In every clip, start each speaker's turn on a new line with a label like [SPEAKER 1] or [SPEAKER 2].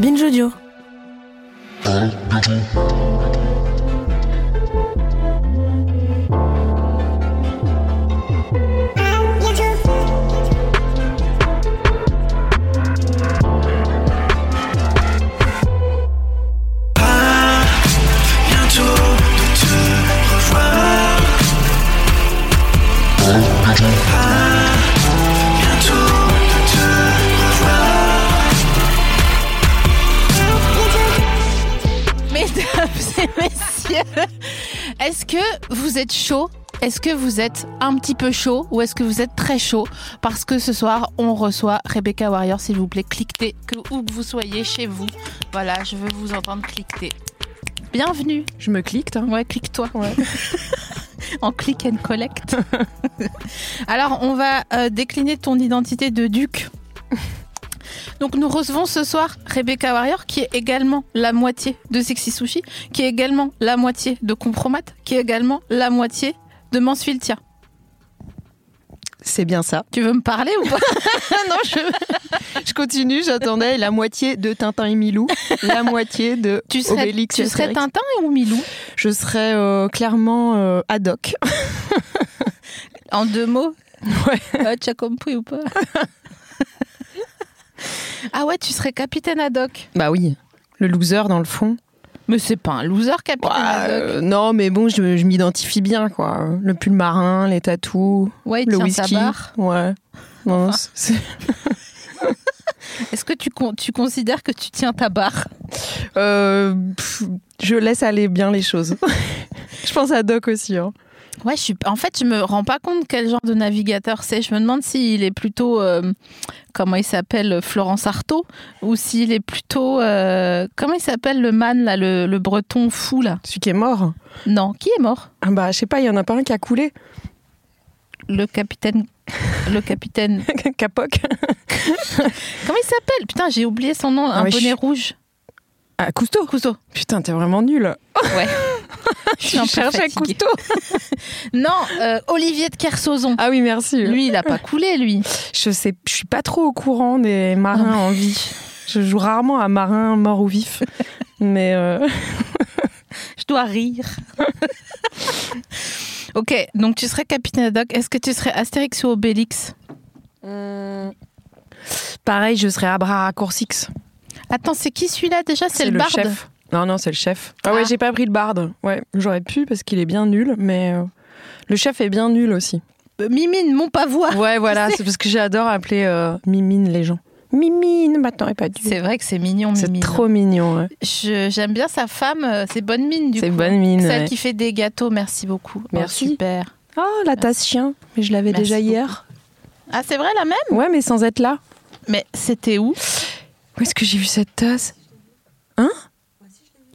[SPEAKER 1] Binge Audio.
[SPEAKER 2] Mesdames et messieurs, est-ce que vous êtes chaud Est-ce que vous êtes un petit peu chaud ou est-ce que vous êtes très chaud Parce que ce soir, on reçoit Rebecca Warrior, s'il vous plaît, cliquez que où que vous soyez chez vous. Voilà, je veux vous entendre cliquer. Bienvenue.
[SPEAKER 3] Je me clique, hein. toi.
[SPEAKER 2] Ouais, clique-toi. en click and collect. Alors, on va euh, décliner ton identité de duc. Donc, nous recevons ce soir Rebecca Warrior, qui est également la moitié de Sexy Sushi, qui est également la moitié de Compromat, qui est également la moitié de Mansfield. Tiens,
[SPEAKER 3] C'est bien ça.
[SPEAKER 2] tu veux me parler ou pas Non, je...
[SPEAKER 3] Je continue, j'attendais la moitié de Tintin et Milou, la moitié de
[SPEAKER 2] tu serais,
[SPEAKER 3] Obélix. et
[SPEAKER 2] tu serais
[SPEAKER 3] Astérix.
[SPEAKER 2] Tintin ou Milou
[SPEAKER 3] Je serais euh, clairement euh, ad hoc.
[SPEAKER 2] En deux mots
[SPEAKER 3] Ouais.
[SPEAKER 2] Euh, tu as compris ou pas Ah ouais, tu serais capitaine Haddock.
[SPEAKER 3] Bah oui, le loser dans le fond.
[SPEAKER 2] Mais c'est pas un loser, capitaine
[SPEAKER 3] Ouah,
[SPEAKER 2] Haddock.
[SPEAKER 3] euh, non, mais bon, je, je m'identifie bien, quoi. Le pull marin, les tatous,
[SPEAKER 2] Ouais, il
[SPEAKER 3] le
[SPEAKER 2] tient sa
[SPEAKER 3] whisky.
[SPEAKER 2] barre.
[SPEAKER 3] Ouais. Non, c'est- c'est-
[SPEAKER 2] Est-ce que tu, con- tu considères que tu tiens ta barre
[SPEAKER 3] euh, pff, je laisse aller bien les choses. je pense à Doc aussi. hein.
[SPEAKER 2] Ouais, je suis... en fait, je me rends pas compte quel genre de navigateur c'est. Je me demande s'il est plutôt, euh, comment il s'appelle, euh, Florence Artaud, ou s'il est plutôt, euh, comment il s'appelle le man, là, le, le breton fou, là
[SPEAKER 3] Celui qui est mort.
[SPEAKER 2] Non, qui est mort
[SPEAKER 3] Ah bah, je sais pas, il y en a pas un qui a coulé.
[SPEAKER 2] Le capitaine... Le capitaine...
[SPEAKER 3] Capoc.
[SPEAKER 2] Comment il s'appelle Putain, j'ai oublié son nom,
[SPEAKER 3] Ah
[SPEAKER 2] un
[SPEAKER 3] ouais, je
[SPEAKER 2] bonnet
[SPEAKER 3] suis-
[SPEAKER 2] rouge.
[SPEAKER 3] Ah, Cousteau.
[SPEAKER 2] Cousteau.
[SPEAKER 3] Putain, t'es vraiment nul.
[SPEAKER 2] Je suis un peu fatiguée. Non, euh, Olivier de Kersauzon.
[SPEAKER 3] Ah oui, merci.
[SPEAKER 2] Lui, il a pas coulé, lui.
[SPEAKER 3] Je sais, je suis pas trop au courant des marins
[SPEAKER 2] Ah.
[SPEAKER 3] en vie. Je joue rarement à marin mort ou vif. Mais euh,
[SPEAKER 2] Je dois rire. ok, donc tu serais Capitaine Haddock. Est-ce que tu serais Astérix ou Obélix Hmm.
[SPEAKER 3] pareil, je serais Abra à Coursix.
[SPEAKER 2] Attends, c'est qui celui-là déjà C'est le, barde
[SPEAKER 3] chef. Non, non, c'est le chef. Ah,
[SPEAKER 2] Ah.
[SPEAKER 3] ouais, j'ai pas pris le barde. Ouais, j'aurais pu parce qu'il est bien nul, mais euh, le chef est bien nul aussi.
[SPEAKER 2] Euh, Mimine, mon pavois.
[SPEAKER 3] Ouais, voilà, c'est parce que j'adore appeler euh, Mimine les gens. Mimine, bah t'aurais pas dû.
[SPEAKER 2] C'est vrai que c'est mignon,
[SPEAKER 3] C'est
[SPEAKER 2] Mimine.
[SPEAKER 3] trop mignon. ouais.
[SPEAKER 2] Je- J'aime bien sa femme. euh, C'est bonne mine, du
[SPEAKER 3] C'est
[SPEAKER 2] coup.
[SPEAKER 3] bonne mine.
[SPEAKER 2] Celle
[SPEAKER 3] ouais.
[SPEAKER 2] qui fait des gâteaux, merci beaucoup. Oh,
[SPEAKER 3] Merci.
[SPEAKER 2] super.
[SPEAKER 3] Oh, la tasse chien. Mais je l'avais
[SPEAKER 2] Merci
[SPEAKER 3] déjà
[SPEAKER 2] beaucoup.
[SPEAKER 3] hier.
[SPEAKER 2] Ah, c'est vrai la même
[SPEAKER 3] Ouais, mais sans être là.
[SPEAKER 2] Mais c'était où
[SPEAKER 3] Où est-ce que j'ai vu cette tasse Hein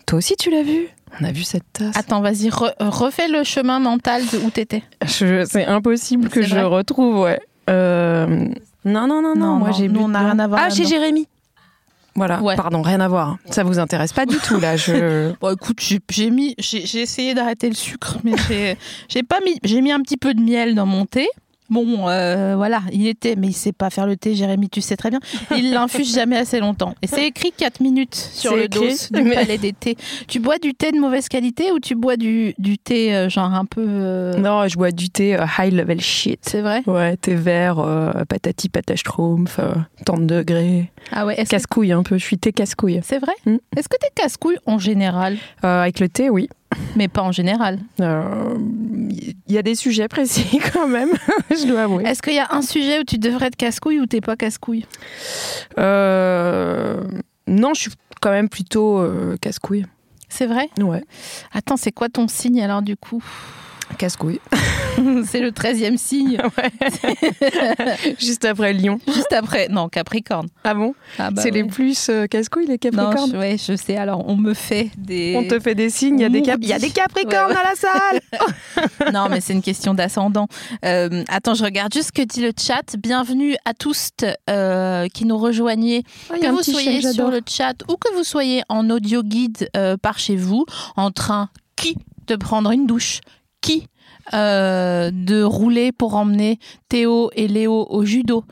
[SPEAKER 3] Toi aussi tu l'as vue On a vu cette tasse.
[SPEAKER 2] Attends, vas-y, re- refais le chemin mental de où t'étais.
[SPEAKER 3] Je- c'est impossible que
[SPEAKER 2] C'est
[SPEAKER 3] je
[SPEAKER 2] vrai
[SPEAKER 3] retrouve, ouais. Euh, Non, non, non, non,
[SPEAKER 2] Non,
[SPEAKER 3] moi
[SPEAKER 2] non,
[SPEAKER 3] j'ai
[SPEAKER 2] nous,
[SPEAKER 3] bu
[SPEAKER 2] on
[SPEAKER 3] de
[SPEAKER 2] n'a
[SPEAKER 3] la-
[SPEAKER 2] rien à voir
[SPEAKER 3] Ah, chez
[SPEAKER 2] là-dedans.
[SPEAKER 3] Jérémy Voilà,
[SPEAKER 2] Ouais.
[SPEAKER 3] pardon, rien à voir. Ça vous intéresse pas du tout, là. Je...
[SPEAKER 2] Bon, écoute, j'ai j'ai mis, j'ai j'ai essayé d'arrêter le sucre, mais j'ai- j'ai pas mis, j'ai mis un petit peu de miel dans mon thé. Bon, euh, voilà, il était, mais il sait pas faire le thé, Jérémy, tu sais très bien. Il l'infuse jamais assez longtemps. Et c'est écrit 4 minutes sur
[SPEAKER 3] C'est
[SPEAKER 2] le dos
[SPEAKER 3] écrit,
[SPEAKER 2] du
[SPEAKER 3] mais-
[SPEAKER 2] palais des thés. Tu bois du thé de mauvaise qualité ou tu bois du, du thé euh, genre un peu. euh,
[SPEAKER 3] Non, je bois du thé euh, high level shit.
[SPEAKER 2] C'est vrai
[SPEAKER 3] Ouais, thé vert, euh, patati patachtrumpf, euh, 30 degrés.
[SPEAKER 2] Ah ouais, est-ce que-
[SPEAKER 3] Casse-couille un peu, je suis thé casse-couille.
[SPEAKER 2] c'est vrai
[SPEAKER 3] Mm.
[SPEAKER 2] Est-ce que t'es casse-couille en général
[SPEAKER 3] Euh, avec le thé, oui.
[SPEAKER 2] Mais pas en général.
[SPEAKER 3] Euh, Il y a des sujets précis quand même, je dois avouer.
[SPEAKER 2] Est-ce qu'il y a un sujet où tu devrais être casse-couille ou t'es pas casse-couille
[SPEAKER 3] Euh, non, je suis quand même plutôt euh, casse-couille.
[SPEAKER 2] C'est vrai
[SPEAKER 3] Ouais,
[SPEAKER 2] Attends, c'est quoi ton signe alors du coup
[SPEAKER 3] casse-couille.
[SPEAKER 2] C'est le 13e signe,
[SPEAKER 3] Juste après Lyon.
[SPEAKER 2] juste après. Non, Capricorne.
[SPEAKER 3] Ah bon
[SPEAKER 2] Ah bah
[SPEAKER 3] C'est les
[SPEAKER 2] ouais.
[SPEAKER 3] plus euh, casse-couilles, les
[SPEAKER 2] Non,
[SPEAKER 3] capricornes
[SPEAKER 2] je, ouais, je sais. Alors, on me fait des.
[SPEAKER 3] On te fait des signes, il y a des, cap- il y a des capricornes
[SPEAKER 2] Ouais,
[SPEAKER 3] à la salle
[SPEAKER 2] Non, mais c'est une question d'ascendant. Euh, attends, je regarde juste ce que dit le chat. Bienvenue à tous euh, qui nous rejoignez,
[SPEAKER 3] Il y
[SPEAKER 2] que
[SPEAKER 3] a un
[SPEAKER 2] vous
[SPEAKER 3] petit
[SPEAKER 2] soyez
[SPEAKER 3] chien que
[SPEAKER 2] sur
[SPEAKER 3] j'adore.
[SPEAKER 2] le chat ou que vous soyez en audio guide euh, par chez vous, en train qui de prendre une douche, qui euh, de rouler pour emmener Théo et Léo au judo,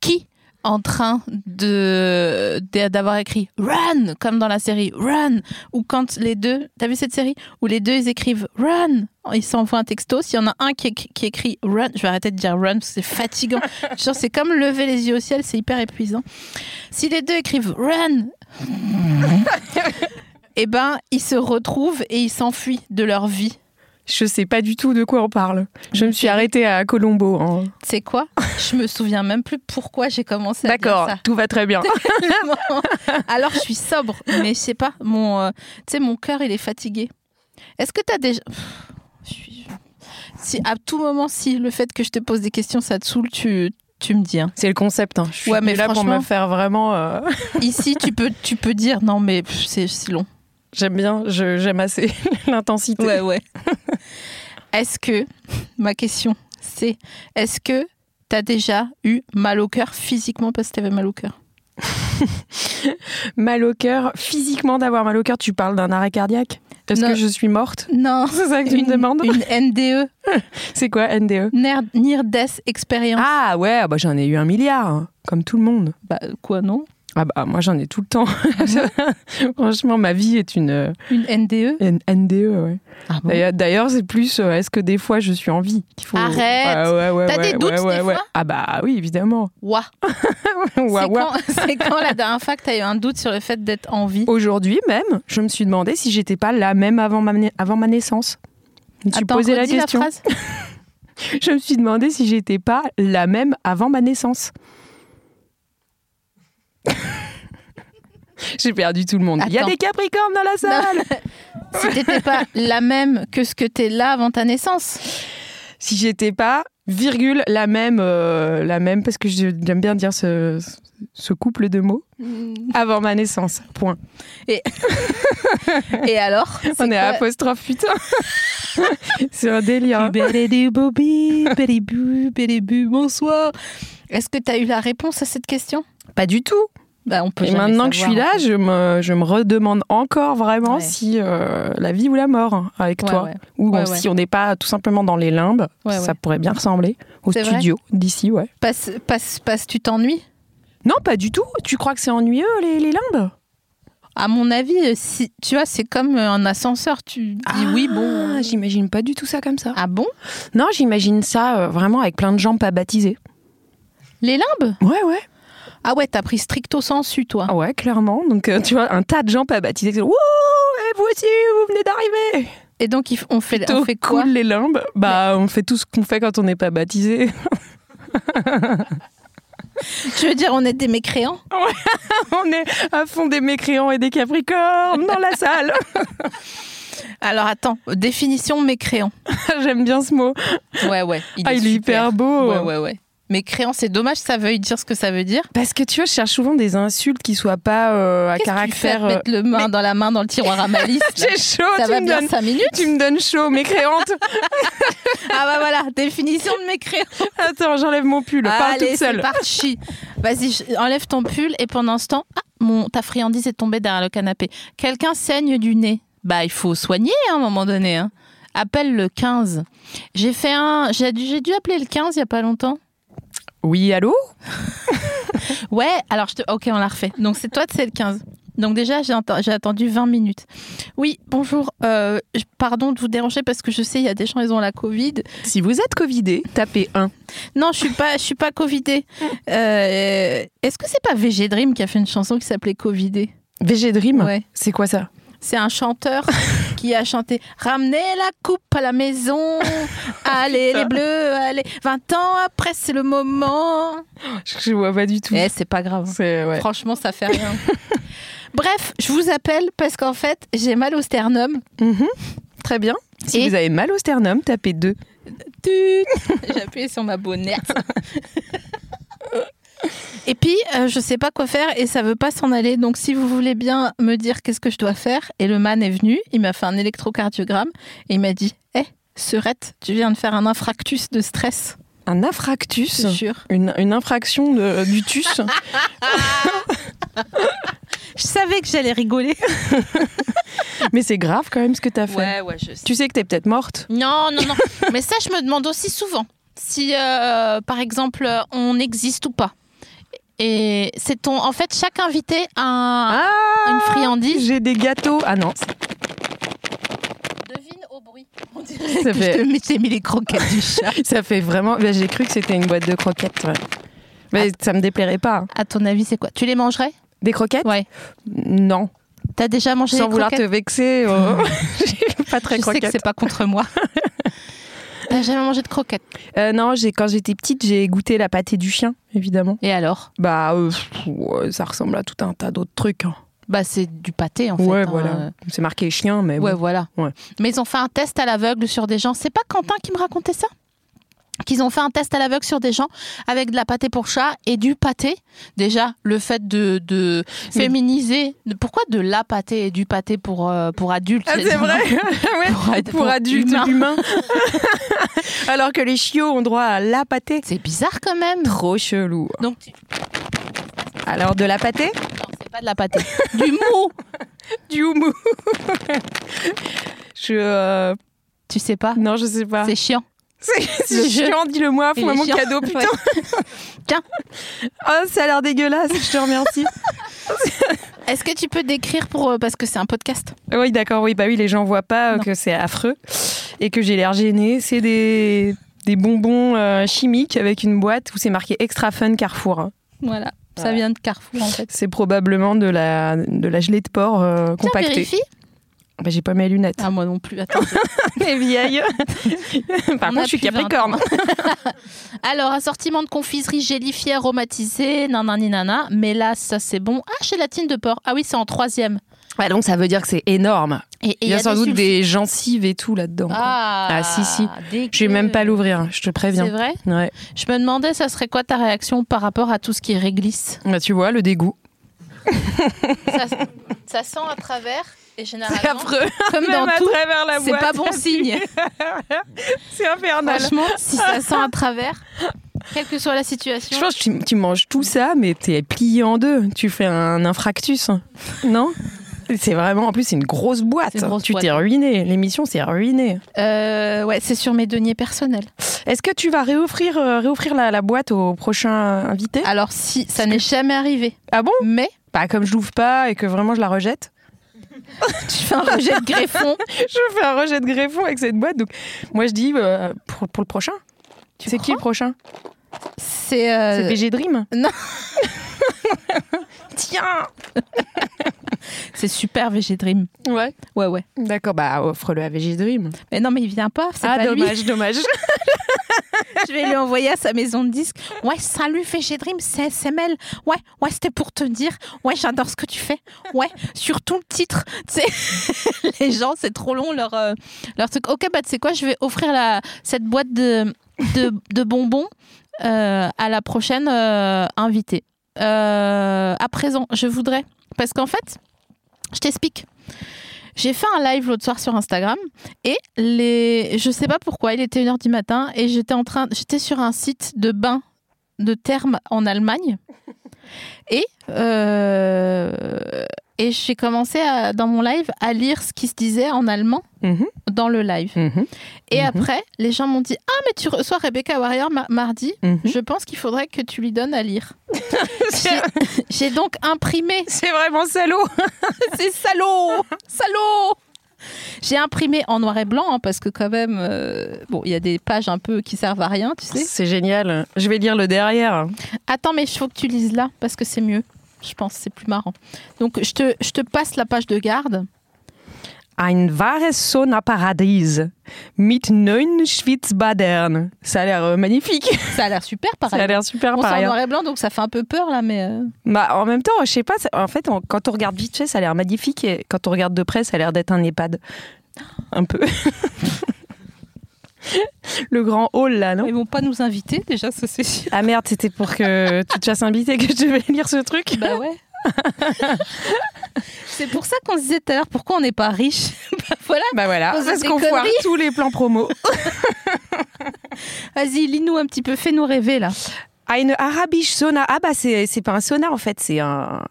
[SPEAKER 2] qui en train de de- d'avoir écrit Run comme dans la série Run ou quand les deux t'as vu cette série où les deux ils écrivent Run ils s'envoient un texto s'il y en a un qui, écri- qui écrit Run je vais arrêter de dire Run parce que c'est fatigant Je te jure, c'est comme lever les yeux au ciel c'est hyper épuisant si les deux écrivent Run et ben ils se retrouvent et ils s'enfuient de leur vie
[SPEAKER 3] Je sais pas du tout de quoi on parle. Je me suis arrêtée à Colombo. hein.
[SPEAKER 2] c'est quoi je me souviens même plus pourquoi j'ai commencé à dire
[SPEAKER 3] D'accord,
[SPEAKER 2] ça.
[SPEAKER 3] tout va très bien.
[SPEAKER 2] Vraiment. Alors je suis sobre, mais je sais pas, mon, euh, tu sais, mon cœur il est fatigué. Est-ce que t'as déjà, Pff, je suis- si à tout moment si le fait que je te pose des questions ça te saoule, tu tu me dis. hein.
[SPEAKER 3] C'est le concept. hein. Je suis
[SPEAKER 2] Ouais, mais
[SPEAKER 3] venue là pour
[SPEAKER 2] franchement-
[SPEAKER 3] me faire vraiment. euh,
[SPEAKER 2] Ici tu peux tu peux dire non mais pff, c'est c'est long.
[SPEAKER 3] J'aime bien, je- j'aime assez l'intensité.
[SPEAKER 2] ouais. Est-ce que ma question c'est est-ce que t'as déjà eu mal au cœur physiquement parce que t'avais mal au cœur
[SPEAKER 3] Mal au cœur, physiquement d'avoir mal au cœur, tu parles d'un arrêt cardiaque Est-ce
[SPEAKER 2] Non.
[SPEAKER 3] que je suis morte
[SPEAKER 2] Non.
[SPEAKER 3] C'est ça que tu
[SPEAKER 2] Une,
[SPEAKER 3] me demandes
[SPEAKER 2] une NDE,
[SPEAKER 3] C'est quoi E? NDE
[SPEAKER 2] Near, near Death Experience.
[SPEAKER 3] Ah ouais, bah j'en ai eu un milliard, hein, comme tout le monde.
[SPEAKER 2] Bah, quoi, non
[SPEAKER 3] Ah bah moi j'en ai tout le temps. Franchement, ma vie est une, euh,
[SPEAKER 2] Une NDE
[SPEAKER 3] une NDE. ouais.
[SPEAKER 2] Ah bon
[SPEAKER 3] D'ailleurs- D'ailleurs, c'est plus euh, est-ce que des fois je suis en vie qu'il faut...
[SPEAKER 2] Arrête
[SPEAKER 3] Ah ouais, ouais,
[SPEAKER 2] T'as des
[SPEAKER 3] ouais,
[SPEAKER 2] doutes
[SPEAKER 3] ouais,
[SPEAKER 2] des
[SPEAKER 3] ouais.
[SPEAKER 2] fois
[SPEAKER 3] Ah bah oui, évidemment.
[SPEAKER 2] Ouah.
[SPEAKER 3] Ouah,
[SPEAKER 2] C'est
[SPEAKER 3] ouah.
[SPEAKER 2] quand, c'est quand la dernière fois que t'as eu un doute sur le fait d'être en
[SPEAKER 3] Oh,
[SPEAKER 2] vie
[SPEAKER 3] Aujourd'hui même, je me suis demandé si j'étais pas là même avant ma, na- avant ma naissance. Je me suis
[SPEAKER 2] Attends,
[SPEAKER 3] posé la
[SPEAKER 2] redis
[SPEAKER 3] question.
[SPEAKER 2] phrase.
[SPEAKER 3] je me suis demandé si j'étais pas la même avant ma naissance. J'ai perdu tout le monde. Il y a
[SPEAKER 2] Attends.
[SPEAKER 3] des capricornes dans la salle.
[SPEAKER 2] si t'étais pas la même que ce que t'es là avant ta naissance.
[SPEAKER 3] Si j'étais pas virgule la même euh, la même parce que je- j'aime bien dire ce, ce couple de mots avant ma naissance. Point.
[SPEAKER 2] Et alors c'est
[SPEAKER 3] On est à
[SPEAKER 2] quoi
[SPEAKER 3] apostrophe putain. C'est un
[SPEAKER 2] Hein.
[SPEAKER 3] délire.
[SPEAKER 2] Bébé Bobby, bébé bu, bébé bu, bonsoir. Est-ce que t'as eu la réponse à cette question
[SPEAKER 3] Pas du tout.
[SPEAKER 2] Bah, on peut
[SPEAKER 3] Et
[SPEAKER 2] jamais
[SPEAKER 3] maintenant que je
[SPEAKER 2] savoir,
[SPEAKER 3] suis là,
[SPEAKER 2] en fait.
[SPEAKER 3] je me, je me redemande encore vraiment
[SPEAKER 2] Ouais.
[SPEAKER 3] si euh, la vie ou la mort hein, avec
[SPEAKER 2] Ouais,
[SPEAKER 3] toi,
[SPEAKER 2] ouais.
[SPEAKER 3] ou
[SPEAKER 2] Ouais,
[SPEAKER 3] si on n'est pas tout simplement dans les limbes,
[SPEAKER 2] Ouais,
[SPEAKER 3] ça
[SPEAKER 2] ouais.
[SPEAKER 3] pourrait bien ressembler au
[SPEAKER 2] C'est vrai
[SPEAKER 3] studio d'ici, ouais.
[SPEAKER 2] Passe, passe, passe, tu t'ennuies
[SPEAKER 3] Non, pas du tout. Tu crois que c'est ennuyeux les, les limbes
[SPEAKER 2] À mon avis, euh, si, tu vois, c'est comme euh, un ascenseur. Tu dis Ah, oui, bon.
[SPEAKER 3] Ah,
[SPEAKER 2] euh,
[SPEAKER 3] J'imagine pas du tout ça comme ça.
[SPEAKER 2] Ah bon
[SPEAKER 3] Non, j'imagine ça euh, vraiment avec plein de gens pas baptisés.
[SPEAKER 2] Les limbes
[SPEAKER 3] Ouais, ouais.
[SPEAKER 2] Ah ouais, t'as pris stricto sensu, toi.
[SPEAKER 3] Ah ouais, clairement. Donc euh, tu vois, un tas de gens pas baptisés. qui sont, Wouh, et vous aussi, vous venez d'arriver.
[SPEAKER 2] Et donc, il f- on fait, on
[SPEAKER 3] Plutôt
[SPEAKER 2] fait quoi
[SPEAKER 3] cool les limbes. Bah, on fait tout ce qu'on fait quand on n'est pas baptisé.
[SPEAKER 2] Tu veux dire, on est des mécréants
[SPEAKER 3] On est à fond des mécréants et des capricornes dans la salle.
[SPEAKER 2] Alors attends, définition mécréant.
[SPEAKER 3] J'aime bien ce mot.
[SPEAKER 2] Ouais, ouais.
[SPEAKER 3] ah, il est hyper beau.
[SPEAKER 2] Ouais, ouais, ouais. Mécréant, c'est dommage, ça veuille dire ce que ça veut dire.
[SPEAKER 3] Parce que tu vois, je cherche souvent des insultes qui soient pas euh, à
[SPEAKER 2] Qu'est-ce que tu fais
[SPEAKER 3] caractère.
[SPEAKER 2] de mettre le main dans la main dans le tiroir à malice
[SPEAKER 3] euh, J'ai chaud,
[SPEAKER 2] Ça
[SPEAKER 3] tu
[SPEAKER 2] va
[SPEAKER 3] me,
[SPEAKER 2] bien
[SPEAKER 3] donnes,
[SPEAKER 2] 5 minutes
[SPEAKER 3] tu me donnes chaud, mécréante.
[SPEAKER 2] Ah bah voilà, définition de mécréant.
[SPEAKER 3] Attends, j'enlève mon pull, parle
[SPEAKER 2] Allez,
[SPEAKER 3] toute
[SPEAKER 2] c'est
[SPEAKER 3] seule.
[SPEAKER 2] parti. Vas-y, je- enlève ton pull et pendant ce temps, ah, mon, ta friandise est tombée derrière le canapé. Quelqu'un saigne du nez. Bah, il faut soigner hein, à un moment donné. hein. Appelle le 15. J'ai fait un, j'ai dû, j'ai dû appeler le 15 il y a pas longtemps.
[SPEAKER 3] Oui, allô
[SPEAKER 2] Ouais, alors je te, ok, on la refait. Donc c'est toi, c'est le 15. Donc déjà, j'ai ent- j'ai attendu 20 minutes. Oui, bonjour. euh, je- pardon de vous déranger parce que je sais, il y a des gens, ils ont la Covid.
[SPEAKER 3] Si vous êtes Covidé, tapez 1.
[SPEAKER 2] Non, je suis pas, je suis pas Covidée. Euh, Est-ce que c'est pas VG Dream qui a fait une chanson qui s'appelait Covidée
[SPEAKER 3] VG Dream,
[SPEAKER 2] Ouais.
[SPEAKER 3] c'est quoi ça
[SPEAKER 2] C'est un chanteur qui a chanté Ramenez la coupe à la maison, allez les bleus, allez. 20 ans après, c'est le moment.
[SPEAKER 3] je, je vois pas du tout.
[SPEAKER 2] Eh, c'est pas grave.
[SPEAKER 3] C'est ouais.
[SPEAKER 2] Franchement, ça fait rien. Bref, je vous appelle parce qu'en fait, j'ai mal au sternum.
[SPEAKER 3] Mhm. Très bien. Si
[SPEAKER 2] Et-
[SPEAKER 3] vous avez mal au sternum, tapez 2.
[SPEAKER 2] Tut. J'ai appuyé sur ma bonnette. Et puis, euh, je sais pas quoi faire et ça veut pas s'en aller. Donc, si vous voulez bien me dire qu'est-ce que je dois faire, et le man est venu, il m'a fait un électrocardiogramme et il m'a dit Hé, Surette, tu viens de faire un infractus de stress,
[SPEAKER 3] Un
[SPEAKER 2] je
[SPEAKER 3] infractus.
[SPEAKER 2] te jure.
[SPEAKER 3] Une, une infraction de- euh, du tus.
[SPEAKER 2] Je savais que j'allais rigoler.
[SPEAKER 3] Mais c'est grave quand même ce que t'as fait.
[SPEAKER 2] ouais, je
[SPEAKER 3] Tu sais que t'es peut-être morte.
[SPEAKER 2] Non, non, non. Mais ça, je me demande aussi souvent si, euh, par exemple, euh, on existe ou pas. Et c'est ton. En fait, chaque invité a un-
[SPEAKER 3] Ah
[SPEAKER 2] une friandise.
[SPEAKER 3] J'ai des gâteaux. Ah non, c'est-
[SPEAKER 2] Devine au bruit. On
[SPEAKER 3] Ça
[SPEAKER 2] dirait que
[SPEAKER 3] fait-
[SPEAKER 2] je te mets- t'ai mis les croquettes du chat.
[SPEAKER 3] ça fait vraiment. ben, J'ai cru que c'était une boîte de croquettes. ouais. Mais
[SPEAKER 2] Ah.
[SPEAKER 3] ça me déplairait pas.
[SPEAKER 2] À ton avis, c'est quoi Tu les mangerais
[SPEAKER 3] Des croquettes
[SPEAKER 2] Ouais.
[SPEAKER 3] Non.
[SPEAKER 2] T'as déjà mangé
[SPEAKER 3] Sans
[SPEAKER 2] les
[SPEAKER 3] vouloir te
[SPEAKER 2] croquettes
[SPEAKER 3] vexer, euh, j'ai pas très
[SPEAKER 2] Je sais que
[SPEAKER 3] croquette.
[SPEAKER 2] c'est pas contre moi. T'as jamais mangé de croquettes.
[SPEAKER 3] Euh, non, j'ai quand j'étais petite, j'ai goûté la pâtée du chien, évidemment.
[SPEAKER 2] Et alors
[SPEAKER 3] Bah, euh, pff, ouais, ça ressemble à tout un tas d'autres trucs. hein.
[SPEAKER 2] Bah, c'est du pâté en fait.
[SPEAKER 3] ouais,
[SPEAKER 2] hein.
[SPEAKER 3] voilà. C'est marqué chien, mais
[SPEAKER 2] Ouais,
[SPEAKER 3] bon.
[SPEAKER 2] voilà.
[SPEAKER 3] Eh Ouais.
[SPEAKER 2] Mais ils ont fait un test à l'aveugle sur des gens. C'est pas Quentin qui me racontait ça Qu'ils ont fait un test à l'aveugle sur des gens avec de la pâté pour chat et du pâté. Déjà, le fait de, de
[SPEAKER 3] Mais-
[SPEAKER 2] féminiser. Pourquoi de la pâté et du pâté pour, euh, pour adultes
[SPEAKER 3] Ah, c'est vrai Ouais,
[SPEAKER 2] Pour ad-
[SPEAKER 3] Pour
[SPEAKER 2] pour
[SPEAKER 3] adultes
[SPEAKER 2] humains.
[SPEAKER 3] humains. Alors que les chiots ont droit à la pâtée.
[SPEAKER 2] C'est bizarre quand même.
[SPEAKER 3] Trop chelou.
[SPEAKER 2] Donc, tu...
[SPEAKER 3] Alors, de la pâtée
[SPEAKER 2] non, c'est pas de la pâté. du mou
[SPEAKER 3] Du houmou. je. euh,
[SPEAKER 2] Tu sais pas
[SPEAKER 3] Non, je sais pas.
[SPEAKER 2] C'est chiant.
[SPEAKER 3] C'est
[SPEAKER 2] Le
[SPEAKER 3] c'est
[SPEAKER 2] jeu.
[SPEAKER 3] chiant, dis-le moi,
[SPEAKER 2] Il
[SPEAKER 3] fous-moi
[SPEAKER 2] est
[SPEAKER 3] mon
[SPEAKER 2] chiant.
[SPEAKER 3] cadeau,
[SPEAKER 2] Ouais.
[SPEAKER 3] putain.
[SPEAKER 2] Tiens.
[SPEAKER 3] Oh, ça a l'air dégueulasse, je te remercie.
[SPEAKER 2] Est-ce que tu peux décrire pour. euh, Parce que c'est un podcast.
[SPEAKER 3] oui, d'accord, oui, bah oui, les gens voient pas euh,
[SPEAKER 2] Non.
[SPEAKER 3] que c'est affreux et que j'ai l'air gênée. C'est des, des bonbons euh, chimiques avec une boîte où c'est marqué Extra Fun Carrefour. hein.
[SPEAKER 2] Voilà. Ça
[SPEAKER 3] Voilà.
[SPEAKER 2] vient de Carrefour en fait.
[SPEAKER 3] C'est probablement de la, de la gelée de porc euh,
[SPEAKER 2] Tiens,
[SPEAKER 3] compactée.
[SPEAKER 2] vérifie.
[SPEAKER 3] Bah, j'ai pas mes lunettes.
[SPEAKER 2] Ah, moi non plus. Attends.
[SPEAKER 3] Les vieilles. Par
[SPEAKER 2] On
[SPEAKER 3] contre,
[SPEAKER 2] a
[SPEAKER 3] je suis
[SPEAKER 2] plus
[SPEAKER 3] capricorne.
[SPEAKER 2] Alors, assortiment de confiserie gélifiée aromatisée, nanani nana. Mais là, ça c'est bon. Ah, gélatine de porc. Ah oui, c'est en troisième.
[SPEAKER 3] Ouais, donc ça veut dire que c'est énorme.
[SPEAKER 2] Et, et
[SPEAKER 3] Il y a sans doute
[SPEAKER 2] sulf-
[SPEAKER 3] des gencives et tout là-dedans. quoi.
[SPEAKER 2] Ah,
[SPEAKER 3] Ah, si, si.
[SPEAKER 2] dégueu.
[SPEAKER 3] Je vais même pas l'ouvrir, hein, je te
[SPEAKER 2] C'est
[SPEAKER 3] préviens.
[SPEAKER 2] vrai
[SPEAKER 3] Ouais.
[SPEAKER 2] Je me demandais, ça serait quoi ta réaction par rapport à tout ce qui réglisse
[SPEAKER 3] Bah, tu vois, le dégoût.
[SPEAKER 2] ça, ça sent à travers et généralement,
[SPEAKER 3] affreux.
[SPEAKER 2] comme dans
[SPEAKER 3] Même à
[SPEAKER 2] tout,
[SPEAKER 3] travers la
[SPEAKER 2] c'est
[SPEAKER 3] boîte.
[SPEAKER 2] pas bon signe.
[SPEAKER 3] C'est infernal.
[SPEAKER 2] Franchement, si ça sent à travers, quelle que soit la
[SPEAKER 3] Je
[SPEAKER 2] situation,
[SPEAKER 3] pense que tu, tu manges tout ça, mais t'es plié en deux. Tu fais un infractus, hein. non C'est vraiment, en plus, c'est une grosse boîte.
[SPEAKER 2] C'est une grosse
[SPEAKER 3] tu
[SPEAKER 2] boîte.
[SPEAKER 3] t'es ruiné. L'émission s'est ruinée.
[SPEAKER 2] Euh, ouais, c'est sur mes deniers personnels.
[SPEAKER 3] Est-ce que tu vas réoffrir, euh, réoffrir la, la boîte au prochain invité
[SPEAKER 2] Alors si, ça n'est jamais arrivé,
[SPEAKER 3] Ah bon
[SPEAKER 2] mais
[SPEAKER 3] Bah, comme je l'ouvre pas et que vraiment je la rejette.
[SPEAKER 2] tu fais un rejet de greffon.
[SPEAKER 3] je fais un rejet de greffon avec cette boîte. Donc, moi, je dis euh, pour, pour le prochain.
[SPEAKER 2] Tu
[SPEAKER 3] C'est qui le prochain
[SPEAKER 2] C'est euh,
[SPEAKER 3] C'est PG Dream
[SPEAKER 2] non.
[SPEAKER 3] Tiens
[SPEAKER 2] c'est super VG Dream.
[SPEAKER 3] Ouais.
[SPEAKER 2] Ouais ouais.
[SPEAKER 3] D'accord, bah offre-le à VG Dream.
[SPEAKER 2] Mais non mais il vient pas, c'est pas lui.
[SPEAKER 3] Ah, dommage.
[SPEAKER 2] Je vais lui envoyer à sa maison de disques. Ouais, salut VG Dream, c'est SML. Ouais, ouais, c'était pour te dire. Ouais, j'adore ce que tu fais. Ouais, surtout le titre. Tu sais, les gens, c'est trop long leur euh, leur truc. OK, bah tu sais quoi, je vais offrir la cette boîte de de, de bonbons euh, à la prochaine euh, invitée. Euh, à présent, je voudrais. Parce qu'en fait, je t'explique. J'ai fait un live l'autre soir sur Instagram et les... je sais pas pourquoi, il était 1h du matin et j'étais en train, j'étais sur un site de bain de thermes en Allemagne et, euh, et j'ai commencé à- dans mon live à lire ce qui se disait en allemand dans le live. Et
[SPEAKER 3] Mhm.
[SPEAKER 2] après, les gens m'ont dit Ah, mais tu reçois Rebecca Warrior ma- mardi.
[SPEAKER 3] Mhm.
[SPEAKER 2] Je pense qu'il faudrait que tu lui donnes à lire. J'ai- J'ai donc imprimé.
[SPEAKER 3] C'est vraiment salaud.
[SPEAKER 2] C'est salaud Salaud J'ai imprimé en noir et blanc, hein, parce que quand même, euh, bon, il y a des pages un peu qui servent à rien, tu sais.
[SPEAKER 3] C'est génial. Je vais lire le derrière.
[SPEAKER 2] Attends, mais il faut que tu lises là, parce que c'est mieux. Je pense c'est plus marrant. Donc, je te, je te passe la page de garde.
[SPEAKER 3] Ein wahres Saunaparadies mit neun Schwitzbadern. Ça a l'air euh, magnifique.
[SPEAKER 2] Ça a l'air super,
[SPEAKER 3] Ça a
[SPEAKER 2] pareil. hein.
[SPEAKER 3] l'air super hein.
[SPEAKER 2] On
[SPEAKER 3] par
[SPEAKER 2] en
[SPEAKER 3] ailleurs.
[SPEAKER 2] noir et blanc, donc ça fait un peu peur, là, mais... euh,
[SPEAKER 3] Bah, en même temps, je sais pas. ça- En fait, on- quand on regarde vite fait, ça a l'air magnifique. Et quand on regarde de près, ça a l'air d'être un EHPAD. Un peu. le grand hall, là, non
[SPEAKER 2] Ils vont pas nous inviter, déjà, ça, c'est sûr.
[SPEAKER 3] Ah merde, c'était pour que tu te fasses inviter que je devais lire ce truc
[SPEAKER 2] Bah ouais. c'est pour ça qu'on se disait tout à l'heure pourquoi on n'est pas riche. Bah voilà.
[SPEAKER 3] Bah voilà,
[SPEAKER 2] Vous
[SPEAKER 3] parce
[SPEAKER 2] êtes
[SPEAKER 3] qu'on
[SPEAKER 2] des
[SPEAKER 3] foire
[SPEAKER 2] conneries.
[SPEAKER 3] tous les plans promo.
[SPEAKER 2] Vas-y, lis-nous un petit peu, fais-nous rêver là.
[SPEAKER 3] Eine arabische Ah, sauna. Ah bah c'est c'est pas un sauna en fait, c'est un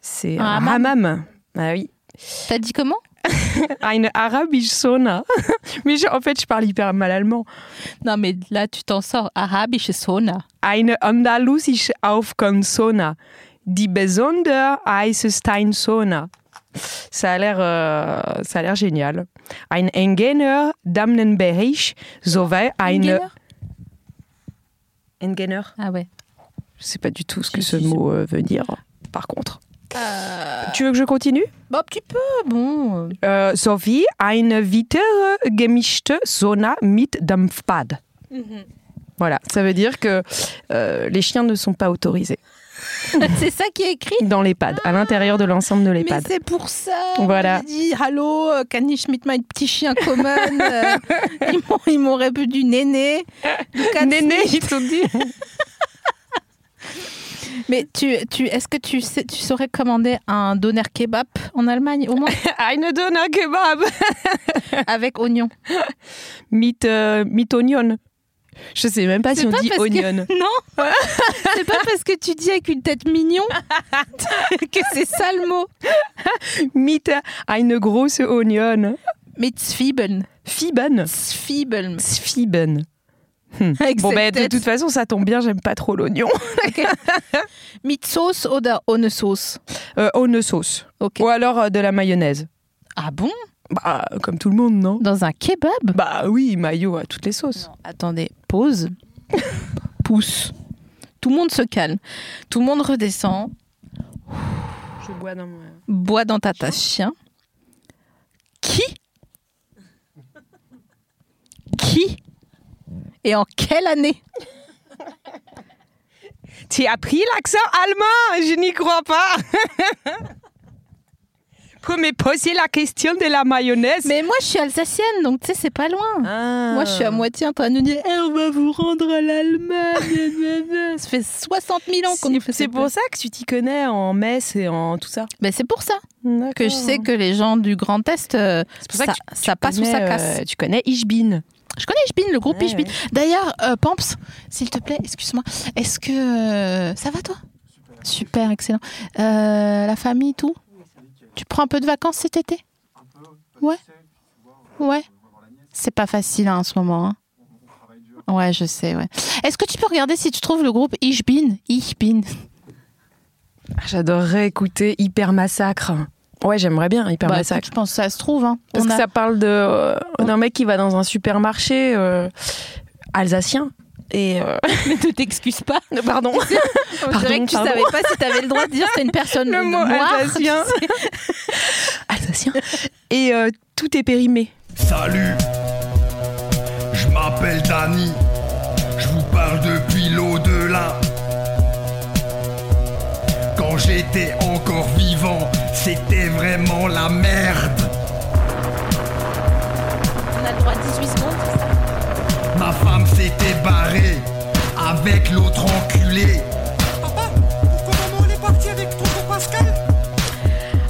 [SPEAKER 3] c'est un
[SPEAKER 2] Un
[SPEAKER 3] hammam. Ah oui.
[SPEAKER 2] T'as dit comment
[SPEAKER 3] Eine arabische Sauna. Mais je- en fait, je parle hyper mal allemand.
[SPEAKER 2] Non, mais là, tu t'en sors. Arabische Sauna.
[SPEAKER 3] Eine andalusische Aufgangssauna. Die besondere Eisesteinsauna. Ça a l'air, euh, ça a l'air génial. Ein Engener Damnenbereich sowie eine... Engener
[SPEAKER 2] Ah ouais.
[SPEAKER 3] Je sais pas du tout ce que
[SPEAKER 2] Si,
[SPEAKER 3] ce
[SPEAKER 2] si, Euh.
[SPEAKER 3] mot euh, veut dire, par contre. Tu veux que je continue
[SPEAKER 2] Bah, un petit peu, bon.
[SPEAKER 3] Euh, Sophie, eine weitere gemischte Sauna mit Dampfbad.
[SPEAKER 2] Mhm.
[SPEAKER 3] Voilà, ça veut dire que euh, les chiens ne sont pas autorisés
[SPEAKER 2] c'est ça qui est écrit.
[SPEAKER 3] dans l'EHPAD, à l'intérieur de l'ensemble de
[SPEAKER 2] Mais
[SPEAKER 3] l'EHPAD.
[SPEAKER 2] c'est pour ça.
[SPEAKER 3] Voilà.
[SPEAKER 2] J'ai dit, allô, euh, can ich mit my petit chien common euh, ils m'ont- Ils m'auraient bu du néné. du cat
[SPEAKER 3] Néné,
[SPEAKER 2] snitch.
[SPEAKER 3] ils t'ont dit.
[SPEAKER 2] Mais tu, tu, est-ce que tu, sais, tu saurais commander un doner kebab en Allemagne, au moins,
[SPEAKER 3] Eine Dona Kebab
[SPEAKER 2] avec oignon
[SPEAKER 3] mit, euh, mit Onion. Je sais même pas
[SPEAKER 2] C'est
[SPEAKER 3] Ah, si on
[SPEAKER 2] pas
[SPEAKER 3] dit
[SPEAKER 2] parce que-
[SPEAKER 3] Onion.
[SPEAKER 2] Non C'est pas parce que tu dis avec une tête mignon que c'est ça le mot.
[SPEAKER 3] Mit eine euh, große Onion.
[SPEAKER 2] Mais Zwiebeln.
[SPEAKER 3] Fiben.
[SPEAKER 2] Zwiebeln.
[SPEAKER 3] Fiben. Hm.
[SPEAKER 2] Avec
[SPEAKER 3] Bon,
[SPEAKER 2] cette
[SPEAKER 3] ben, de
[SPEAKER 2] tête.
[SPEAKER 3] toute façon, ça tombe bien, j'aime pas trop l'oignon.
[SPEAKER 2] Mit sauce ou ohne sauce
[SPEAKER 3] Euh, One sauce.
[SPEAKER 2] Ok.
[SPEAKER 3] Ou alors euh, de la mayonnaise.
[SPEAKER 2] Ah bon
[SPEAKER 3] Bah, comme tout le monde, non
[SPEAKER 2] Dans un kebab
[SPEAKER 3] Bah oui, mayo à toutes les sauces.
[SPEAKER 2] Non, Attendez, pause. Pousse. Tout le monde se calme. Tout le monde redescend.
[SPEAKER 3] Je bois dans mon...
[SPEAKER 2] Bois dans ta tasse, chien. Qui Qui Et en quelle année
[SPEAKER 3] Tu as appris l'accent allemand Je n'y crois pas Pour me poser la question de la mayonnaise
[SPEAKER 2] Mais moi, je suis alsacienne, donc tu sais, c'est pas loin.
[SPEAKER 3] Ah.
[SPEAKER 2] Moi, je suis à moitié en train de nous dire Eh, on va vous rendre à l'Allemagne. ça fait 60 000 ans qu'on nous fait
[SPEAKER 3] C'est
[SPEAKER 2] cette
[SPEAKER 3] pour ça que tu t'y connais en messe et en tout ça.
[SPEAKER 2] Mais c'est pour ça que je sais que les gens du Grand Est, euh,
[SPEAKER 3] Oh. C'est pour
[SPEAKER 2] ça,
[SPEAKER 3] ça, que
[SPEAKER 2] ça passe ou ça
[SPEAKER 3] connais,
[SPEAKER 2] casse.
[SPEAKER 3] euh, tu connais Ishbin.
[SPEAKER 2] Je connais Ishbin, le groupe
[SPEAKER 3] Ouais,
[SPEAKER 2] Ishbin.
[SPEAKER 3] ouais.
[SPEAKER 2] D'ailleurs, euh, Pamps, s'il te plaît, excuse-moi, est-ce que euh, ça va toi Super, excellent. Euh, la famille, tout Tu prends un peu de vacances cet été Ouais. Ouais. C'est pas facile hein, en ce moment. hein. Ouais, je sais, ouais. Est-ce que tu peux regarder si tu trouves le groupe Ishbin Ishbin.
[SPEAKER 3] Ah, J'adorerais écouter Hyper Massacre. Ouais, j'aimerais bien Hyper
[SPEAKER 2] Bah,
[SPEAKER 3] Massacre.
[SPEAKER 2] écoute, je pense que ça se trouve. hein.
[SPEAKER 3] Parce
[SPEAKER 2] On
[SPEAKER 3] que
[SPEAKER 2] a-
[SPEAKER 3] ça parle de euh, d'un mec qui va dans un supermarché euh, alsacien et euh,
[SPEAKER 2] Mais ne t'excuse pas.
[SPEAKER 3] pardon. Pardon,
[SPEAKER 2] On dirait que tu
[SPEAKER 3] pardon.
[SPEAKER 2] savais pas si tu avais le droit de dire que t'es une personne
[SPEAKER 3] Le mot
[SPEAKER 2] noire.
[SPEAKER 3] alsacien.
[SPEAKER 2] tu sais.
[SPEAKER 3] alsacien et euh, tout est périmé.
[SPEAKER 1] Salut, je m'appelle Dany, je vous parle depuis l'au-delà. Quand j'étais encore vivant, c'était vraiment la merde.
[SPEAKER 2] On a le droit à 18 secondes.
[SPEAKER 1] Ma femme s'était barrée avec l'autre enculé.
[SPEAKER 4] Papa, pourquoi maman elle est partie avec ton Pascal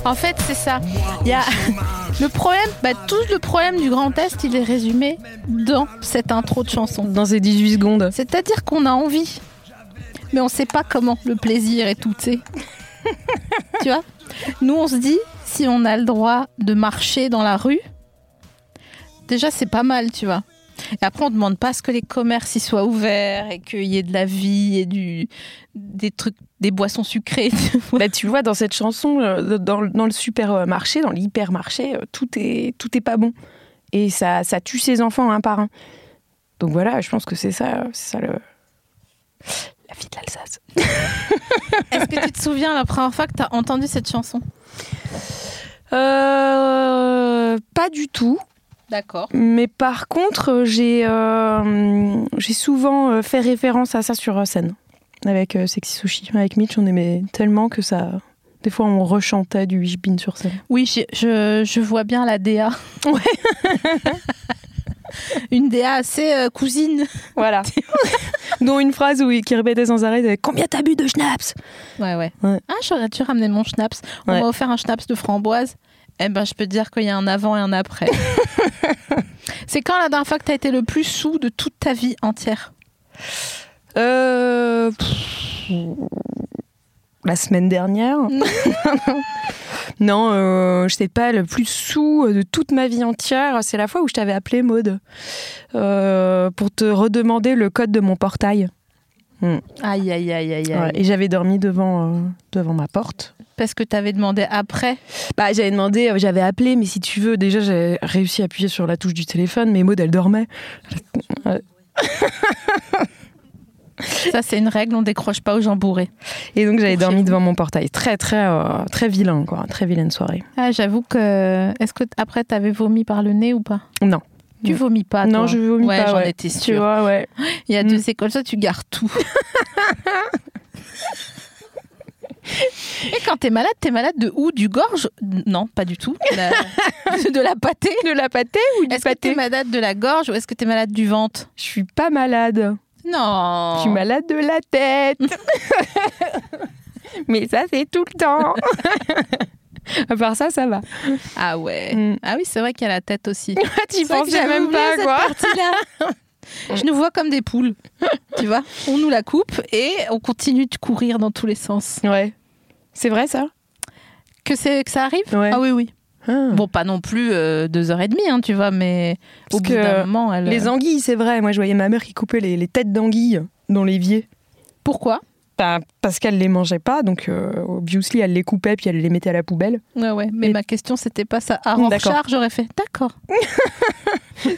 [SPEAKER 2] En fait, c'est ça. Il y a.
[SPEAKER 1] Chômage.
[SPEAKER 2] Le problème, bah, tout le problème du Grand Est, il est résumé dans cette intro de chanson.
[SPEAKER 3] Dans ces 18 secondes.
[SPEAKER 2] C'est-à-dire qu'on a envie, mais on sait pas comment, le plaisir et tout, tu sais. tu vois Nous, on se dit, si on a le droit de marcher dans la rue, déjà, c'est pas mal, tu vois. Et après, on demande pas à ce que les commerces y soient ouverts et qu'il y ait de la vie et du, des trucs, des boissons sucrées. tu vois.
[SPEAKER 3] Bah, tu vois, dans cette chanson, euh, dans, le- dans le supermarché, dans l'hypermarché, euh, tout est, tout est pas bon. Et ça, ça tue ses enfants un par un. Donc voilà, je pense que c'est ça, c'est ça le... la vie de l'Alsace.
[SPEAKER 2] Est-ce que tu te souviens la première fois que tu as entendu cette chanson
[SPEAKER 3] Euh, pas du tout.
[SPEAKER 2] D'accord.
[SPEAKER 3] Mais par contre, j'ai euh, j'ai souvent euh, fait référence à ça sur euh, scène. Avec euh, Sexy Sushi, avec Mitch, on aimait tellement que ça. Des fois, on rechantait du Ishbin sur scène.
[SPEAKER 2] Oui, je, je, je vois bien la DA.
[SPEAKER 3] Ouais.
[SPEAKER 2] Une DA assez euh, cousine.
[SPEAKER 3] Voilà. Dont une phrase où il, qui répétait sans arrêt c'était, Combien t'as bu de schnapps
[SPEAKER 2] Ouais, ouais.
[SPEAKER 3] Ouais.
[SPEAKER 2] Ah, j'aurais dû ramener mon schnapps. On
[SPEAKER 3] Ouais.
[SPEAKER 2] m'a offert un schnapps de framboise. Eh ben, je peux te dire qu'il y a un avant et un après. C'est quand la dernière fois que t'as été le plus sous de toute ta vie entière
[SPEAKER 3] Euh, pff, La semaine dernière. Non, euh, je sais pas, le plus sous de toute ma vie entière, c'est la fois où je t'avais appelé Maude euh, pour te redemander le code de mon portail.
[SPEAKER 2] Aïe, aïe, aïe, aïe, aïe.
[SPEAKER 3] Ouais, et j'avais dormi devant, euh, devant ma porte.
[SPEAKER 2] Parce que t'avais demandé après.
[SPEAKER 3] Bah, j'avais demandé, euh, j'avais appelé, mais si tu veux, déjà j'avais réussi à appuyer sur la touche du téléphone, mais Maude elle dormait.
[SPEAKER 2] Ça, c'est une règle, on décroche pas aux gens bourrés.
[SPEAKER 3] Et donc j'avais
[SPEAKER 2] Pour chez
[SPEAKER 3] dormi
[SPEAKER 2] vous.
[SPEAKER 3] devant mon portail. Très, très, euh, très vilain, quoi. Très vilaine soirée.
[SPEAKER 2] Ah, j'avoue que. Est-ce que t- après, t'avais vomi par le nez ou pas
[SPEAKER 3] Non.
[SPEAKER 2] Tu
[SPEAKER 3] Non.
[SPEAKER 2] vomis pas,
[SPEAKER 3] non,
[SPEAKER 2] toi.
[SPEAKER 3] je vomis
[SPEAKER 2] ouais,
[SPEAKER 3] pas.
[SPEAKER 2] J'en
[SPEAKER 3] ouais.
[SPEAKER 2] étais
[SPEAKER 3] Tu
[SPEAKER 2] sûre.
[SPEAKER 3] vois, ouais.
[SPEAKER 2] Il y a
[SPEAKER 3] Mm.
[SPEAKER 2] deux, c'est comme ça, tu gardes tout. Et quand t'es malade, t'es malade de où Du gorge Non, pas du tout. La- de la pâtée
[SPEAKER 3] De la pâtée ou du
[SPEAKER 2] Est-ce que
[SPEAKER 3] pâté
[SPEAKER 2] t'es malade de la gorge ou est-ce que t'es malade du ventre
[SPEAKER 3] Je suis pas malade.
[SPEAKER 2] Non.
[SPEAKER 3] Je suis malade de la tête. Mais ça, c'est tout le temps. à part ça, ça va.
[SPEAKER 2] Ah ouais.
[SPEAKER 3] Mm.
[SPEAKER 2] Ah oui, c'est vrai qu'il y a la tête aussi.
[SPEAKER 3] tu
[SPEAKER 2] C'est vrai que
[SPEAKER 3] pensais
[SPEAKER 2] j'avais
[SPEAKER 3] même
[SPEAKER 2] oublié
[SPEAKER 3] pas,
[SPEAKER 2] cette
[SPEAKER 3] quoi.
[SPEAKER 2] partie-là. Je nous vois comme des poules, tu vois. On nous la coupe et on continue de courir dans tous les sens.
[SPEAKER 3] Ouais. C'est vrai, ça
[SPEAKER 2] Que c'est que ça arrive
[SPEAKER 3] Ouais.
[SPEAKER 2] Ah oui oui.
[SPEAKER 3] Ah.
[SPEAKER 2] Bon, pas non plus euh, deux heures et demie, hein, tu vois, mais
[SPEAKER 3] Parce
[SPEAKER 2] au bout
[SPEAKER 3] que
[SPEAKER 2] d'un moment, elle. euh,
[SPEAKER 3] Les anguilles, c'est vrai. Moi, je voyais ma mère qui coupait les, les têtes d'anguilles dans l'évier.
[SPEAKER 2] Pourquoi
[SPEAKER 3] Bah, parce qu'elle les mangeait pas, donc euh, obviously, elle les coupait puis elle les mettait à la poubelle.
[SPEAKER 2] Ouais ouais. Mais
[SPEAKER 3] Et-
[SPEAKER 2] ma question c'était pas ça. Ah, en
[SPEAKER 3] D'accord.
[SPEAKER 2] charge, j'aurais fait. D'accord.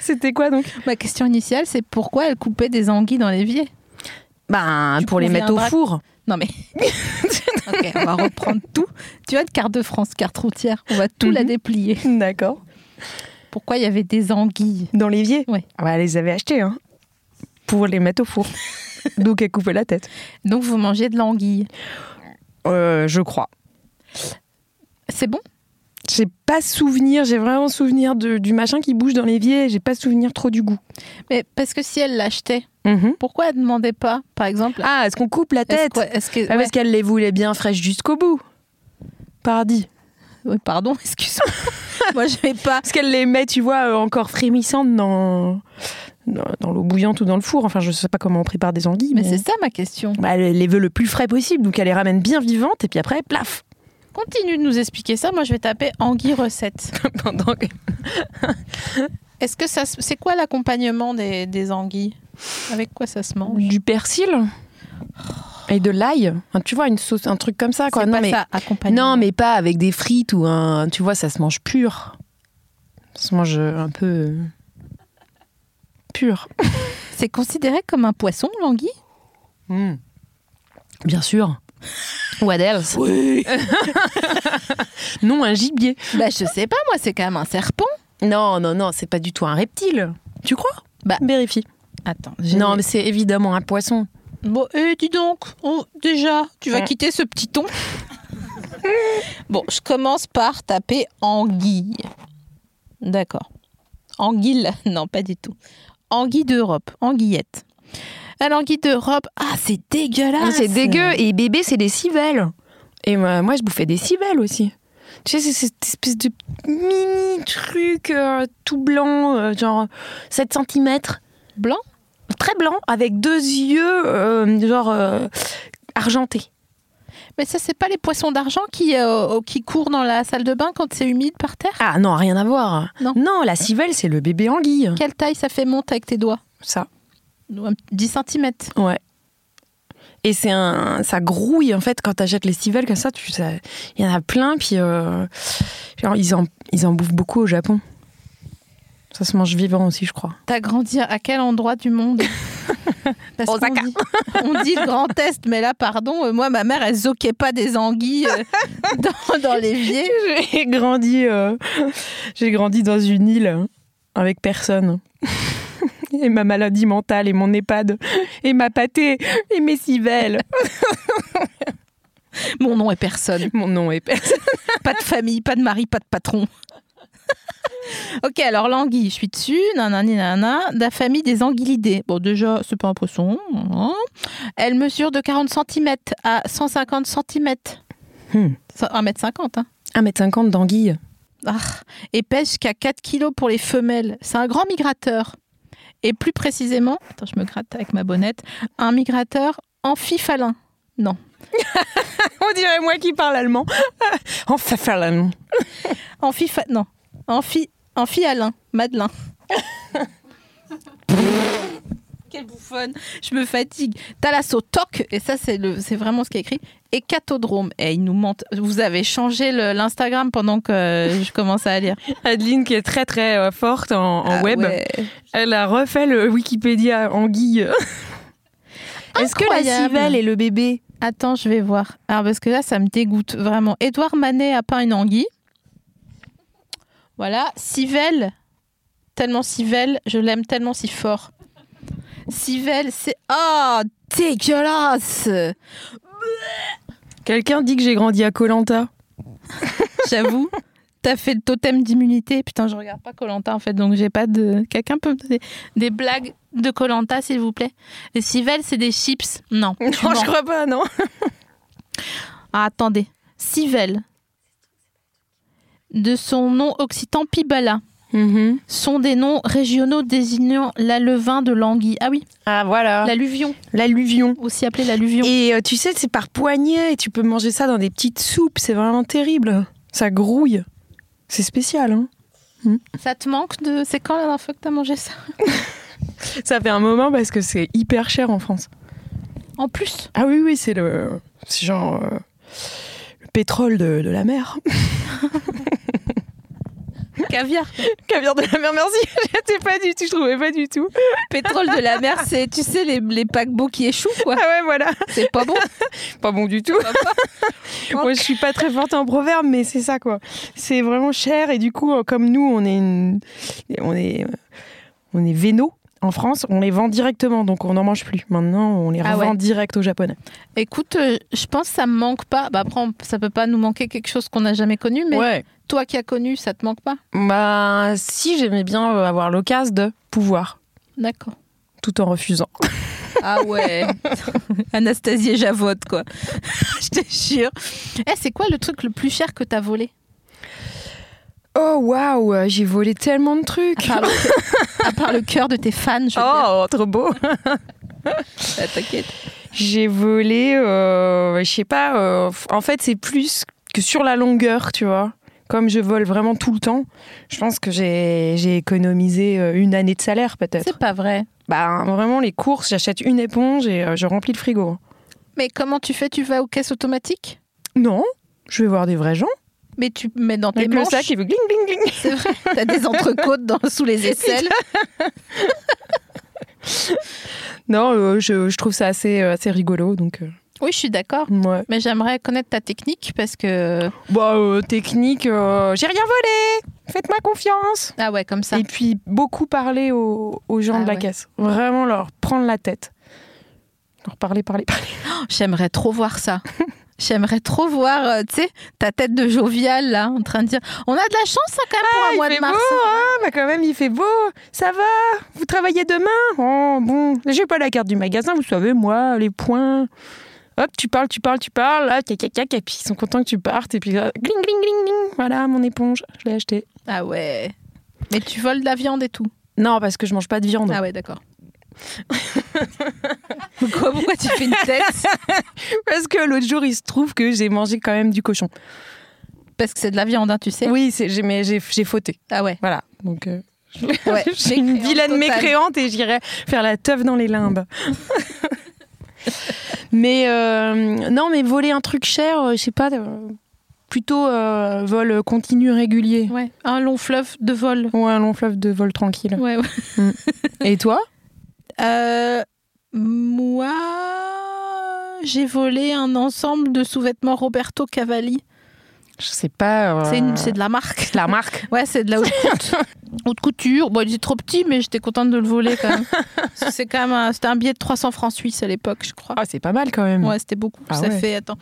[SPEAKER 3] C'était quoi donc
[SPEAKER 2] Ma question initiale c'est pourquoi elle coupait des anguilles dans l'évier
[SPEAKER 3] Ben,
[SPEAKER 2] pour les mettre au
[SPEAKER 3] four.
[SPEAKER 2] Non mais. ok, on va reprendre tout. Tu vois, de carte de France, carte routière, on va tout la
[SPEAKER 3] Mhm.
[SPEAKER 2] déplier.
[SPEAKER 3] D'accord.
[SPEAKER 2] Pourquoi il y avait des anguilles
[SPEAKER 3] Dans l'évier
[SPEAKER 2] Ouais.
[SPEAKER 3] Ah bah, elle les avait achetées, hein. Pour les mettre au four. donc, elle coupait la tête.
[SPEAKER 2] Donc vous mangez de l'anguille.
[SPEAKER 3] Euh, je crois.
[SPEAKER 2] C'est bon
[SPEAKER 3] J'ai pas souvenir, j'ai vraiment souvenir de- du machin qui bouge dans l'évier, j'ai pas souvenir trop du goût.
[SPEAKER 2] Mais parce que si elle l'achetait, pourquoi elle demandait pas, par exemple
[SPEAKER 3] Ah, est-ce qu'on coupe la
[SPEAKER 2] Mm-hmm. Est-ce
[SPEAKER 3] tête
[SPEAKER 2] que- est-ce que-
[SPEAKER 3] Ah,
[SPEAKER 2] ouais.
[SPEAKER 3] Parce qu'elle les voulait bien fraîches jusqu'au bout. Pardi.
[SPEAKER 2] Oui, pardon, excuse-moi. Moi, je vais pas.
[SPEAKER 3] Parce qu'elle les met, tu vois, euh, encore frémissantes dans, dans, dans l'eau bouillante ou dans le four. Enfin, je sais pas comment on prépare des anguilles.
[SPEAKER 2] Mais
[SPEAKER 3] Mais,
[SPEAKER 2] c'est ça ma question.
[SPEAKER 3] Bah, elle les veut le plus frais possible, donc elle les ramène bien vivantes et puis après, plaf
[SPEAKER 2] Continue de nous expliquer ça. Moi, je vais taper anguille recette.
[SPEAKER 3] Pendant que-
[SPEAKER 2] Est-ce que ça, se- c'est quoi l'accompagnement des, des anguilles Avec quoi ça se mange
[SPEAKER 3] Du persil et de l'ail. Enfin, tu vois, une sauce, un truc comme ça, quoi.
[SPEAKER 2] C'est
[SPEAKER 3] Non,
[SPEAKER 2] pas
[SPEAKER 3] mais...
[SPEAKER 2] ça, accompagnement.
[SPEAKER 3] Non, mais pas avec des frites ou un. Tu vois, ça se mange pur. Ça se mange un peu. euh, pur.
[SPEAKER 2] C'est considéré comme un poisson, l'anguille
[SPEAKER 3] Bien sûr. What else Oui Non, un gibier.
[SPEAKER 2] Bah, je sais pas. Moi, c'est quand même un serpent.
[SPEAKER 3] Non, non, non, c'est pas du tout un reptile. Tu crois
[SPEAKER 2] Bah,
[SPEAKER 3] Vérifie.
[SPEAKER 2] Attends.
[SPEAKER 3] Non, mais c'est évidemment un poisson.
[SPEAKER 2] Bon, et dis donc, oh, déjà, tu vas
[SPEAKER 3] Mm.
[SPEAKER 2] quitter ce petit ton. bon, je commence par taper anguille. D'accord. Anguille, non, pas du tout. Anguille d'Europe, anguillette. Ah, L'anguille d'Europe, ah, c'est dégueulasse.
[SPEAKER 3] c'est dégueu. Et bébé, c'est des civelles. Et moi, moi, je bouffais des civelles aussi. Tu sais, c'est cette espèce de mini truc euh, tout blanc, euh, genre 7 cm.
[SPEAKER 2] Blanc
[SPEAKER 3] très blanc avec deux yeux euh, genre euh, argentés.
[SPEAKER 2] Mais ça, c'est pas les poissons d'argent qui, euh, qui courent dans la salle de bain quand c'est humide par terre
[SPEAKER 3] Ah non, rien à voir.
[SPEAKER 2] Non.
[SPEAKER 3] la civelle, c'est le bébé anguille.
[SPEAKER 2] Quelle taille ça fait monte avec tes doigts
[SPEAKER 3] Ça.
[SPEAKER 2] Un petit- 10 cm.
[SPEAKER 3] Ouais. Et c'est un, ça grouille en fait quand t'achètes les civelles comme ça. Tu, ça- il y en a plein puis euh, genre, ils en, ils en bouffent beaucoup au Japon. Ça se mange vivant aussi, je crois.
[SPEAKER 2] T'as grandi à quel endroit du monde Parce qu'on
[SPEAKER 3] Osaka.
[SPEAKER 2] dit, on dit le Grand Est, mais là, pardon, euh, moi, ma mère, elle zoquait pas des anguilles euh, dans, dans l'évier.
[SPEAKER 3] J'ai grandi, euh, j'ai grandi dans une île hein, avec personne. Et ma maladie mentale, et mon EHPAD, et ma pâtée, et mes civelles.
[SPEAKER 2] Mon nom est personne.
[SPEAKER 3] Mon nom est personne.
[SPEAKER 2] Pas de famille, pas de mari, pas de patron. ok, alors l'anguille, je suis dessus. Nanani, nanana. La famille des anguillidés. Bon, déjà, c'est pas un poisson. hein. Elle mesure de 40 cm à 150 cm.
[SPEAKER 3] Hmm.
[SPEAKER 2] 1m50, hein.
[SPEAKER 3] Ah, 1m50 d'anguille.
[SPEAKER 2] Ah, et pèse jusqu'à 4 kilos pour les femelles. C'est un grand migrateur. Et plus précisément, attends, je me gratte avec ma bonnette, un migrateur amphiphalin.
[SPEAKER 3] On dirait moi qui parle allemand. en allemand.
[SPEAKER 2] Amphi, fa- non. Amphi, Amphi Alain, Madeleine. Quelle bouffonne. Je me fatigue. Thalasso Toc, et ça, c'est le, c'est vraiment ce qui est écrit. Et Catodrome. Et ils nous mentent. Vous avez changé le- l'Instagram pendant que euh, je commençais à lire.
[SPEAKER 3] Adeline, qui est très très euh, forte en, en
[SPEAKER 2] Ah
[SPEAKER 3] web,
[SPEAKER 2] ouais.
[SPEAKER 3] elle a refait le Wikipédia en guille. Est-ce que la
[SPEAKER 2] Incroyable.
[SPEAKER 3] civelle et le bébé
[SPEAKER 2] Attends, je vais voir. Ah, parce que là, ça me dégoûte vraiment. Édouard Manet a peint une anguille. Voilà. Civelle. Tellement Civelle. Je l'aime tellement si fort. Civelle, c'est. Oh, dégueulasse
[SPEAKER 3] Quelqu'un dit que j'ai grandi à Colanta.
[SPEAKER 2] J'avoue. T'as fait le totem d'immunité. Putain, je regarde pas Colanta en fait, donc j'ai pas de. Quelqu'un peut me donner des blagues de Colanta, s'il vous plaît Les civelles, c'est des chips. Non. tu
[SPEAKER 3] Non,
[SPEAKER 2] mens.
[SPEAKER 3] je crois pas, non.
[SPEAKER 2] Ah, attendez. Civelle. De son nom occitan Pibala.
[SPEAKER 3] Mm-hmm.
[SPEAKER 2] Sont des noms régionaux désignant l'alevin de l'anguille. Ah oui,
[SPEAKER 3] Ah voilà.
[SPEAKER 2] l'alluvion,
[SPEAKER 3] L'alluvion.
[SPEAKER 2] aussi appelé l'alluvion.
[SPEAKER 3] Et euh, tu sais, c'est par poignée et tu peux manger ça dans des petites soupes. C'est vraiment terrible. Ça grouille. C'est spécial. Hein
[SPEAKER 2] Ça te manque de. C'est quand la dernière fois que t'as mangé ça
[SPEAKER 3] ça fait un moment parce que c'est hyper cher en France.
[SPEAKER 2] En plus.
[SPEAKER 3] Ah oui, oui, c'est le. C'est genre. euh, le pétrole de, de la mer.
[SPEAKER 2] Caviar.
[SPEAKER 3] Caviar de la mer, merci. J'étais pas du tout, je trouvais pas du tout.
[SPEAKER 2] Pétrole de la mer, c'est, tu sais, les, les paquebots qui échouent, quoi.
[SPEAKER 3] Ah ouais, voilà.
[SPEAKER 2] C'est pas bon.
[SPEAKER 3] Pas bon du tout. Moi, je suis pas très forte en proverbe, mais c'est ça, quoi. C'est vraiment cher. Et du coup, euh, comme nous, on est, une- on est, euh, on est véno en France, on les vend directement, donc on n'en mange plus. Maintenant, on les
[SPEAKER 2] Ah
[SPEAKER 3] revend
[SPEAKER 2] ouais.
[SPEAKER 3] direct aux Japonais.
[SPEAKER 2] Écoute, euh, je pense que ça me manque pas. Bah après, on- ça peut pas nous manquer quelque chose qu'on n'a jamais connu, mais
[SPEAKER 3] ouais.
[SPEAKER 2] toi qui as connu, ça te manque pas.
[SPEAKER 3] Bah, si, j'aimais bien euh, avoir l'occasion de pouvoir,
[SPEAKER 2] D'accord.
[SPEAKER 3] tout en refusant.
[SPEAKER 2] Ah ouais. Anastasie et Javotte, quoi. je te jure. Eh, c'est quoi le truc le plus cher que t'as volé
[SPEAKER 3] Oh, waouh, euh, j'ai volé tellement de trucs.
[SPEAKER 2] à part, le... à part le cœur de tes fans, je veux dire.
[SPEAKER 3] oh, trop beau.
[SPEAKER 2] Ah, T'inquiète.
[SPEAKER 3] J'ai volé, euh, je sais pas, euh, en fait, c'est plus que sur la longueur, tu vois. Comme je vole vraiment tout le temps, je pense que j'ai j'ai économisé euh, une année de salaire peut-être.
[SPEAKER 2] C'est pas vrai.
[SPEAKER 3] Bah, vraiment, les courses, j'achète une éponge et euh, je remplis le frigo.
[SPEAKER 2] Mais comment tu fais Tu vas aux caisses automatiques
[SPEAKER 3] Non, je vais voir des vrais gens.
[SPEAKER 2] Mais tu mets dans tes
[SPEAKER 3] Avec le
[SPEAKER 2] manches.
[SPEAKER 3] sac, il veut gling, gling, gling.
[SPEAKER 2] C'est vrai. T'as des entrecôtes dans, sous les aisselles.
[SPEAKER 3] Non, euh, je, je trouve ça assez, euh, assez rigolo, donc... euh,
[SPEAKER 2] Oui, je suis d'accord.
[SPEAKER 3] ouais.
[SPEAKER 2] Mais j'aimerais connaître ta technique parce que.
[SPEAKER 3] Bah, euh, technique, euh, j'ai rien volé Faites-moi confiance
[SPEAKER 2] Ah ouais, comme ça.
[SPEAKER 3] Et puis beaucoup parler aux, aux gens
[SPEAKER 2] Ah
[SPEAKER 3] de la
[SPEAKER 2] ouais.
[SPEAKER 3] caisse. Vraiment leur prendre la tête. Leur parler, parler, parler.
[SPEAKER 2] Oh, J'aimerais trop voir ça. J'aimerais trop voir, euh, tu sais, ta tête de jovial là, en train de dire On a de la chance hein, quand même pour un mois de mars.
[SPEAKER 3] beau, hein bah quand même, il fait beau. Ça va Vous travaillez demain Oh, bon, j'ai pas la carte du magasin, vous savez, moi, les points. Hop, tu parles, tu parles, tu parles. Hop, cac, cac, cac, et puis ils sont contents que tu partes. Et puis, là, gling, gling, gling, gling. Voilà, mon éponge, je l'ai achetée.
[SPEAKER 2] Ah ouais. Mais tu voles de la viande et tout.
[SPEAKER 3] Non, parce que je mange pas de viande.
[SPEAKER 2] Ah ouais, d'accord. Pourquoi, pourquoi tu fais une tête
[SPEAKER 3] Parce que l'autre jour, il se trouve que j'ai mangé quand même du cochon.
[SPEAKER 2] Parce que c'est de la viande, hein, tu sais.
[SPEAKER 3] Oui, c'est- j'ai mais j'ai- j'ai fauté.
[SPEAKER 2] Ah ouais.
[SPEAKER 3] Voilà, donc... euh,
[SPEAKER 2] ouais.
[SPEAKER 3] Je suis une
[SPEAKER 2] Mécréante
[SPEAKER 3] vilaine
[SPEAKER 2] totale.
[SPEAKER 3] mécréante et j'irai faire la teuf dans les limbes. mais euh, non, mais voler un truc cher, euh, je sais pas, euh, plutôt euh, vol continu régulier.
[SPEAKER 2] Ouais. Un long fleuve de vol.
[SPEAKER 3] Ou un long fleuve de vol tranquille.
[SPEAKER 2] Ouais, ouais.
[SPEAKER 3] Et toi
[SPEAKER 2] Euh, moi, j'ai volé un ensemble de sous-vêtements Roberto Cavalli.
[SPEAKER 3] Je sais pas. euh,
[SPEAKER 2] C'est une- c'est de la marque.
[SPEAKER 3] c'est de la marque.
[SPEAKER 2] Ouais, c'est de la haute couture. haute couture. Bon, il était trop petit, mais j'étais contente de le voler quand même. Parce que c'est quand même un- c'était un billet de 300 francs suisses à l'époque, je crois.
[SPEAKER 3] Ah, c'est pas mal quand même.
[SPEAKER 2] Ouais, c'était beaucoup.
[SPEAKER 3] Ah
[SPEAKER 2] ça
[SPEAKER 3] ouais.
[SPEAKER 2] fait, attends,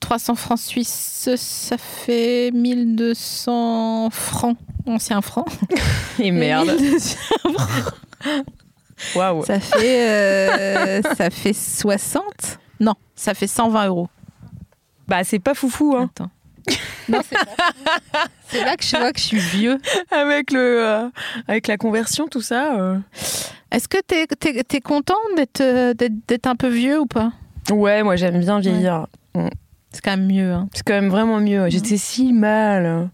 [SPEAKER 2] 300 francs suisses, ça fait 1200 francs, anciens francs.
[SPEAKER 3] Et merde.
[SPEAKER 2] 1200
[SPEAKER 3] Waouh.
[SPEAKER 2] Ça fait, euh, ça fait 60 Non, ça fait 120 euros.
[SPEAKER 3] Bah, c'est pas foufou, hein.
[SPEAKER 2] Attends. Non, c'est pas. C'est là que je vois que je suis vieux.
[SPEAKER 3] Avec, le, euh, avec la conversion, tout ça. euh.
[SPEAKER 2] Est-ce que t'es es, content d'être euh, d'être d'être un peu vieux ou pas
[SPEAKER 3] Ouais, moi j'aime bien vieillir. Mm.
[SPEAKER 2] C'est quand même mieux. Hein.
[SPEAKER 3] C'est quand même vraiment mieux. J'étais si mal euh,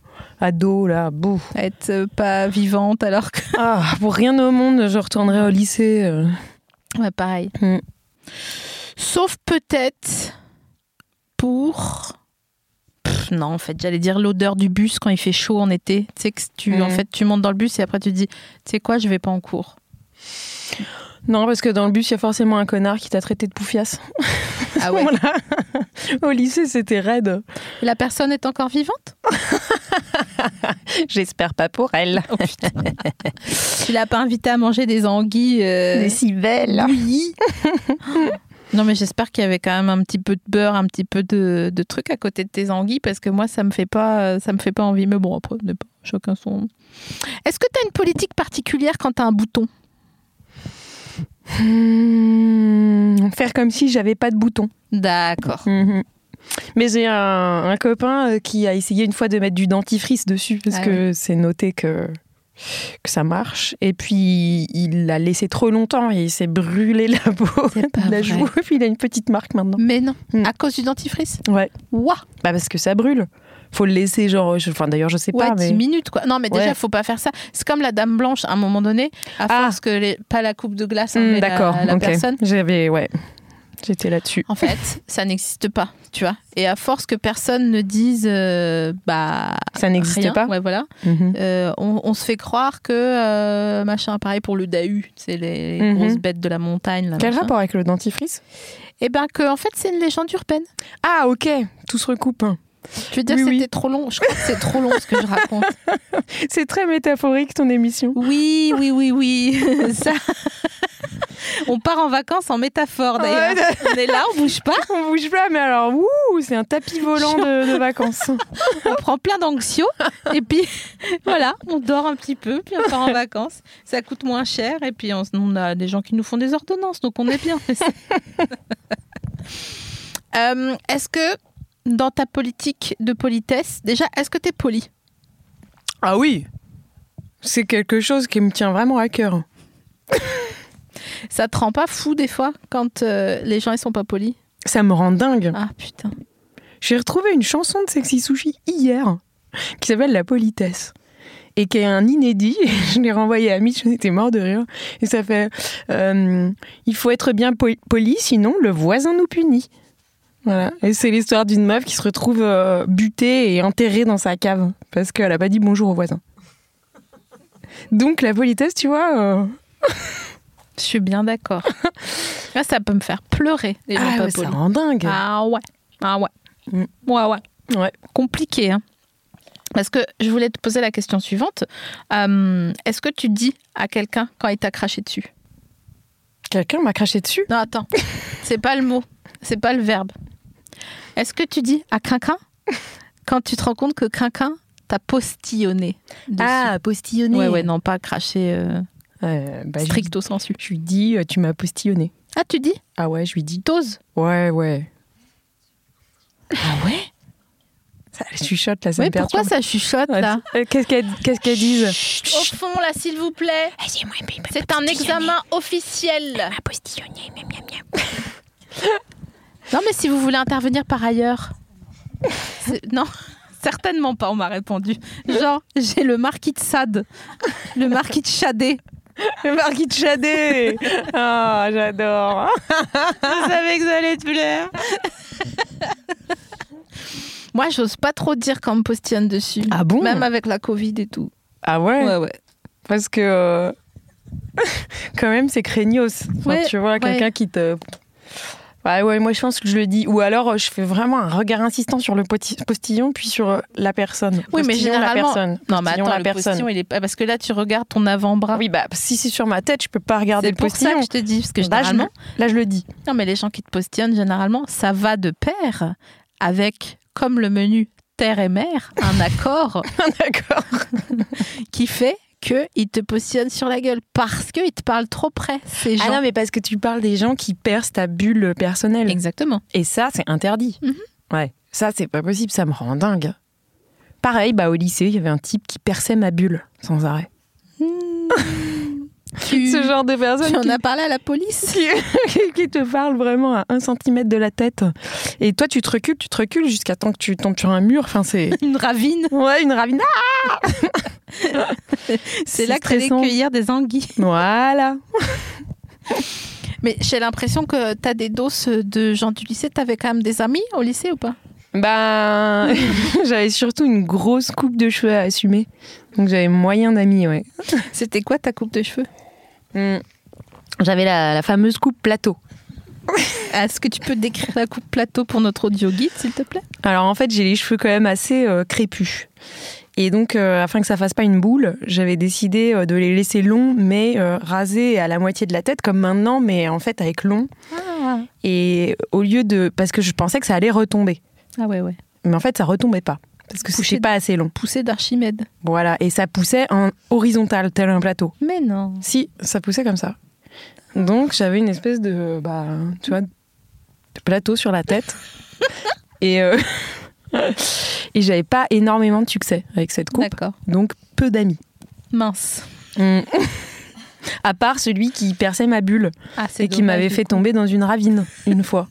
[SPEAKER 3] ado là, bouf.
[SPEAKER 2] Être euh, pas vivante alors que.
[SPEAKER 3] Ah, pour rien au monde, je retournerai au lycée. euh.
[SPEAKER 2] Ouais, pareil.
[SPEAKER 3] Mm.
[SPEAKER 2] Sauf peut-être pour. Pff, non, en fait, j'allais dire l'odeur du bus quand il fait chaud en été. Tu sais que tu, en
[SPEAKER 3] Mm.
[SPEAKER 2] fait, tu montes dans le bus et après tu te dis, tu sais quoi, je vais pas en cours.
[SPEAKER 3] Non, parce que dans le bus, il y a forcément un connard qui t'a traité de poufiasse.
[SPEAKER 2] Ah ouais.
[SPEAKER 3] Voilà. Au lycée, c'était raide.
[SPEAKER 2] La personne est encore vivante
[SPEAKER 3] J'espère pas pour elle.
[SPEAKER 2] Tu l'as pas invitée à manger des anguilles euh,
[SPEAKER 3] si belle.
[SPEAKER 2] bouillies Non, mais j'espère qu'il y avait quand même un petit peu de beurre, un petit peu de, de trucs à côté de tes anguilles parce que moi, ça me fait pas, ça me fait pas envie. Mais bon, après, on n'est pas- chacun son. Est-ce que tu as une politique particulière quand tu as un bouton
[SPEAKER 3] Hmm, Faire comme si j'avais pas de bouton.
[SPEAKER 2] D'accord.
[SPEAKER 3] Mhm. Mais j'ai un, un copain euh, qui a essayé une fois de mettre du dentifrice dessus parce
[SPEAKER 2] Ah
[SPEAKER 3] que c'est noté que, que ça marche. Et puis il l'a laissé trop longtemps et il s'est brûlé la peau,
[SPEAKER 2] C'est pas
[SPEAKER 3] de la
[SPEAKER 2] vrai.
[SPEAKER 3] joue. Et puis il a une petite marque maintenant.
[SPEAKER 2] Mais non,
[SPEAKER 3] Mm.
[SPEAKER 2] à cause du dentifrice
[SPEAKER 3] Ouais.
[SPEAKER 2] Ouah
[SPEAKER 3] Bah parce que ça brûle. Faut le laisser genre. je- Enfin d'ailleurs je sais
[SPEAKER 2] Ouais,
[SPEAKER 3] pas.
[SPEAKER 2] 10
[SPEAKER 3] Mais...
[SPEAKER 2] minutes quoi. Non, mais déjà,
[SPEAKER 3] Ouais.
[SPEAKER 2] faut pas faire ça. C'est comme la dame blanche à un moment donné, à
[SPEAKER 3] Ah.
[SPEAKER 2] force que les... pas la coupe de glace, hein,
[SPEAKER 3] Hmm,
[SPEAKER 2] mais la-
[SPEAKER 3] D'accord.
[SPEAKER 2] la,
[SPEAKER 3] ok.
[SPEAKER 2] personne.
[SPEAKER 3] J'avais ouais. J'étais là-dessus.
[SPEAKER 2] En fait, ça n'existe pas, tu vois. Et à force que personne ne dise, euh, bah.
[SPEAKER 3] Ça n'existe
[SPEAKER 2] rien,
[SPEAKER 3] pas.
[SPEAKER 2] Ouais, voilà.
[SPEAKER 3] Mhm.
[SPEAKER 2] Euh, on, on se fait croire que euh, machin, pareil pour le Dahu, c'est les
[SPEAKER 3] Mhm.
[SPEAKER 2] grosses bêtes de la montagne. Là,
[SPEAKER 3] Quel
[SPEAKER 2] machin.
[SPEAKER 3] rapport avec le dentifrice
[SPEAKER 2] Eh ben que en fait c'est une légende urbaine.
[SPEAKER 3] Ah ok. Tout se recoupe.
[SPEAKER 2] Tu veux dire
[SPEAKER 3] Oui,
[SPEAKER 2] que
[SPEAKER 3] oui.
[SPEAKER 2] c'était trop long Je crois que c'est trop long ce que je raconte.
[SPEAKER 3] C'est très métaphorique ton émission.
[SPEAKER 2] Oui, oui, oui, oui. Ça. On part en vacances en métaphore d'ailleurs. on est là, on bouge pas,
[SPEAKER 3] On bouge pas, mais alors, ouh, c'est un tapis volant de, de vacances.
[SPEAKER 2] on prend plein d'anxio et puis voilà, on dort un petit peu, puis on part en vacances. Ça coûte moins cher et puis on, on a des gens qui nous font des ordonnances, donc on est bien. Euh, est-ce que dans ta politique de politesse, déjà, est-ce que t'es poli
[SPEAKER 3] Ah oui C'est quelque chose qui me tient vraiment à cœur.
[SPEAKER 2] Ça te rend pas fou des fois quand euh, les gens ils sont pas polis
[SPEAKER 3] Ça me rend dingue.
[SPEAKER 2] Ah putain.
[SPEAKER 3] J'ai retrouvé une chanson de Sexy Sushi hier qui s'appelle La politesse et qui est un inédit. Je l'ai renvoyé à Mitch, on était mort de rire. Et ça fait euh, Il faut être bien poli, poli, sinon le voisin nous punit. Voilà. Et c'est l'histoire d'une meuf qui se retrouve euh, butée et enterrée dans sa cave parce qu'elle n'a pas dit bonjour au voisin. Donc la politesse, tu vois. euh,
[SPEAKER 2] Je suis bien d'accord. Là, ça peut me faire pleurer, les gens
[SPEAKER 3] ah
[SPEAKER 2] pas
[SPEAKER 3] ouais, ça
[SPEAKER 2] polis.
[SPEAKER 3] rend dingue.
[SPEAKER 2] Ah ouais. Ah ouais.
[SPEAKER 3] Mm.
[SPEAKER 2] Ouais, ouais.
[SPEAKER 3] Ouais.
[SPEAKER 2] Compliqué, hein. Parce que je voulais te poser la question suivante. Euh, Est-ce que tu dis à quelqu'un quand il t'a craché dessus
[SPEAKER 3] Quelqu'un m'a craché dessus.
[SPEAKER 2] Non, attends. C'est pas le mot. C'est pas le verbe. Est-ce que tu dis à quinquin quand tu te rends compte que quinquin t'a postillonné dessus
[SPEAKER 3] Ah, postillonné.
[SPEAKER 2] Ouais, ouais, non, pas craché euh,
[SPEAKER 3] strict.
[SPEAKER 2] stricto sensu.
[SPEAKER 3] bah, Je lui dis, euh, tu m'as postillonné.
[SPEAKER 2] Ah, tu dis
[SPEAKER 3] Ah ouais, je lui dis.
[SPEAKER 2] T'oses
[SPEAKER 3] Ouais, ouais.
[SPEAKER 2] Ah ouais
[SPEAKER 3] Ça, je chuchote là, ça
[SPEAKER 2] Mais
[SPEAKER 3] me perturbe.
[SPEAKER 2] pourquoi ça chuchote
[SPEAKER 3] Ouais,
[SPEAKER 2] là
[SPEAKER 3] euh, Qu'est-ce qu'elles qu'est-ce qu'elles disent
[SPEAKER 2] Au fond, là, s'il vous plaît. C'est un examen officiel. Non, mais si vous voulez intervenir par ailleurs. C'est- Non, certainement pas, on m'a répondu. Genre, j'ai le marquis de Sade, le marquis de Chadé.
[SPEAKER 3] Le marquis de Chadé Ah, j'adore
[SPEAKER 2] Je savais que ça allait te plaire. Moi, j'ose pas trop dire quand on me postillonne dessus.
[SPEAKER 3] Ah bon
[SPEAKER 2] Même avec la Covid et tout.
[SPEAKER 3] Ah ouais,
[SPEAKER 2] Ouais, ouais.
[SPEAKER 3] Parce que. euh, quand même, c'est craignos. Enfin,
[SPEAKER 2] Ouais,
[SPEAKER 3] tu vois, quelqu'un qui te. Ouais, ouais, moi je pense que je le dis. Ou alors euh, je fais vraiment un regard insistant sur le poti- postillon, puis sur euh, la personne.
[SPEAKER 2] Oui, mais
[SPEAKER 3] Postillon,
[SPEAKER 2] généralement-
[SPEAKER 3] La personne.
[SPEAKER 2] Non, mais
[SPEAKER 3] Postillon,
[SPEAKER 2] attends,
[SPEAKER 3] la
[SPEAKER 2] le
[SPEAKER 3] personne.
[SPEAKER 2] postillon, il est pas. Parce que là, tu regardes ton avant-bras.
[SPEAKER 3] Oui, bah si c'est sur ma tête, je peux pas regarder
[SPEAKER 2] Ah C'est
[SPEAKER 3] le
[SPEAKER 2] pour ça
[SPEAKER 3] postillon.
[SPEAKER 2] que je te dis, parce que
[SPEAKER 3] Là, je le-
[SPEAKER 2] généralement,
[SPEAKER 3] Là, je le dis.
[SPEAKER 2] non, mais les gens qui te postillonnent, généralement, ça va de pair avec, comme le menu terre et mer, un accord
[SPEAKER 3] D'accord.
[SPEAKER 2] qui fait qu'ils te postillonnent sur la gueule parce qu'ils te parlent trop près, ces gens.
[SPEAKER 3] Ah non, mais parce que tu parles des gens qui percent ta bulle personnelle.
[SPEAKER 2] Exactement.
[SPEAKER 3] Et ça, c'est interdit.
[SPEAKER 2] Mhm.
[SPEAKER 3] Ouais, ça, c'est pas possible, ça me rend dingue.
[SPEAKER 2] Hmm.
[SPEAKER 3] Pareil, bah, au lycée, il y avait un type qui perçait ma bulle sans arrêt.
[SPEAKER 2] Tu,
[SPEAKER 3] Ce genre de personne
[SPEAKER 2] tu en
[SPEAKER 3] qui,
[SPEAKER 2] as parlé à la police
[SPEAKER 3] qui- qui te parle vraiment à un centimètre de la tête. Et toi, tu te recules, tu te recules jusqu'à temps que tu tombes sur un mur. Enfin, c'est.
[SPEAKER 2] Une ravine
[SPEAKER 3] Ouais, une ravine.
[SPEAKER 2] C'est là que t'allais
[SPEAKER 3] stressant.
[SPEAKER 2] cueillir des anguilles.
[SPEAKER 3] Voilà.
[SPEAKER 2] Mais j'ai l'impression que t'as des doses de gens du lycée. T'avais quand même des amis au lycée ou pas
[SPEAKER 3] Ben, j'avais surtout une grosse coupe de cheveux à assumer. Donc j'avais moyen d'amis, ouais.
[SPEAKER 2] C'était quoi ta coupe de cheveux
[SPEAKER 3] Mm. J'avais la, la fameuse coupe plateau.
[SPEAKER 2] Est-ce que tu peux décrire la coupe plateau pour notre audio guide, s'il te plaît
[SPEAKER 3] Alors en fait, j'ai les cheveux quand même assez euh, crépus. Et donc, euh, afin que ça fasse pas une boule, j'avais décidé euh, de les laisser longs, mais euh, rasés à la moitié de la tête, comme maintenant, mais en fait avec long.
[SPEAKER 2] ah.
[SPEAKER 3] Et au lieu de. Parce que je pensais que ça allait retomber.
[SPEAKER 2] Ah ouais, ouais.
[SPEAKER 3] Mais en fait, ça retombait pas. Parce que
[SPEAKER 2] Poussé-
[SPEAKER 3] c'était pas assez long.
[SPEAKER 2] Poussée d'Archimède.
[SPEAKER 3] Voilà. Et ça poussait en horizontal, tel un plateau.
[SPEAKER 2] Mais non.
[SPEAKER 3] Si, ça poussait comme ça. Donc j'avais une espèce de, bah, tu vois, de plateau sur la tête. et euh, et j'avais pas énormément de succès avec cette coupe,
[SPEAKER 2] D'accord.
[SPEAKER 3] donc peu d'amis.
[SPEAKER 2] Mince.
[SPEAKER 3] Mm. à part celui qui perçait ma bulle
[SPEAKER 2] Ah, c'est
[SPEAKER 3] et qui m'avait fait tomber dans une ravine une fois.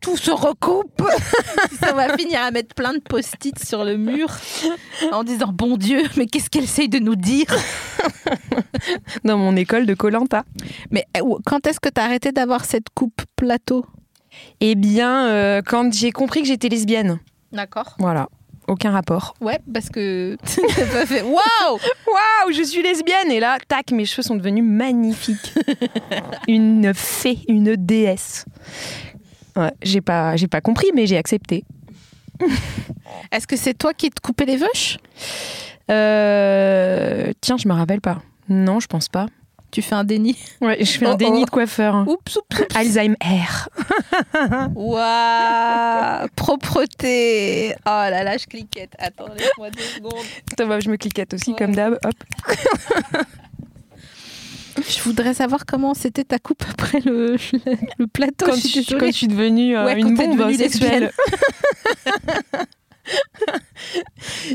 [SPEAKER 2] Tout se recoupe On va finir à mettre plein de post-it sur le mur en disant Bon Dieu, mais qu'est-ce qu'elle essaye de nous dire
[SPEAKER 3] Dans mon école de Colanta.
[SPEAKER 2] Mais euh, ou- quand est-ce que t'as arrêté d'avoir cette coupe plateau
[SPEAKER 3] Eh bien, euh, quand j'ai compris que j'étais lesbienne,
[SPEAKER 2] D'accord.
[SPEAKER 3] voilà, aucun rapport.
[SPEAKER 2] Ouais, parce que t'as pas fait Waouh
[SPEAKER 3] Waouh, je suis lesbienne Et là, tac, mes cheveux sont devenus magnifiques. une fée, une déesse. Ouais, j'ai pas, j'ai pas compris, mais j'ai accepté.
[SPEAKER 2] Est-ce que c'est toi qui te coupais les veuches
[SPEAKER 3] Euh, Tiens, je me rappelle pas. Non, je pense pas.
[SPEAKER 2] Tu fais un déni.
[SPEAKER 3] Ouais, je fais
[SPEAKER 2] Oh,
[SPEAKER 3] un déni
[SPEAKER 2] oh.
[SPEAKER 3] de coiffeur. hein.
[SPEAKER 2] Oups, oups, oups.
[SPEAKER 3] Alzheimer.
[SPEAKER 2] Waouh Propreté Oh là là, je cliquette. Attends, laisse-moi deux secondes.
[SPEAKER 3] Attends, bah, je me cliquette aussi,
[SPEAKER 2] Ouais.
[SPEAKER 3] comme d'hab. Hop.
[SPEAKER 2] Je voudrais savoir comment c'était ta coupe après le, le, le plateau.
[SPEAKER 3] Quand,
[SPEAKER 2] je suis
[SPEAKER 3] je,
[SPEAKER 2] désolée.
[SPEAKER 3] quand je suis devenue euh,
[SPEAKER 2] Ouais, quand
[SPEAKER 3] une
[SPEAKER 2] t'es
[SPEAKER 3] bombe
[SPEAKER 2] devenue
[SPEAKER 3] sexuelle.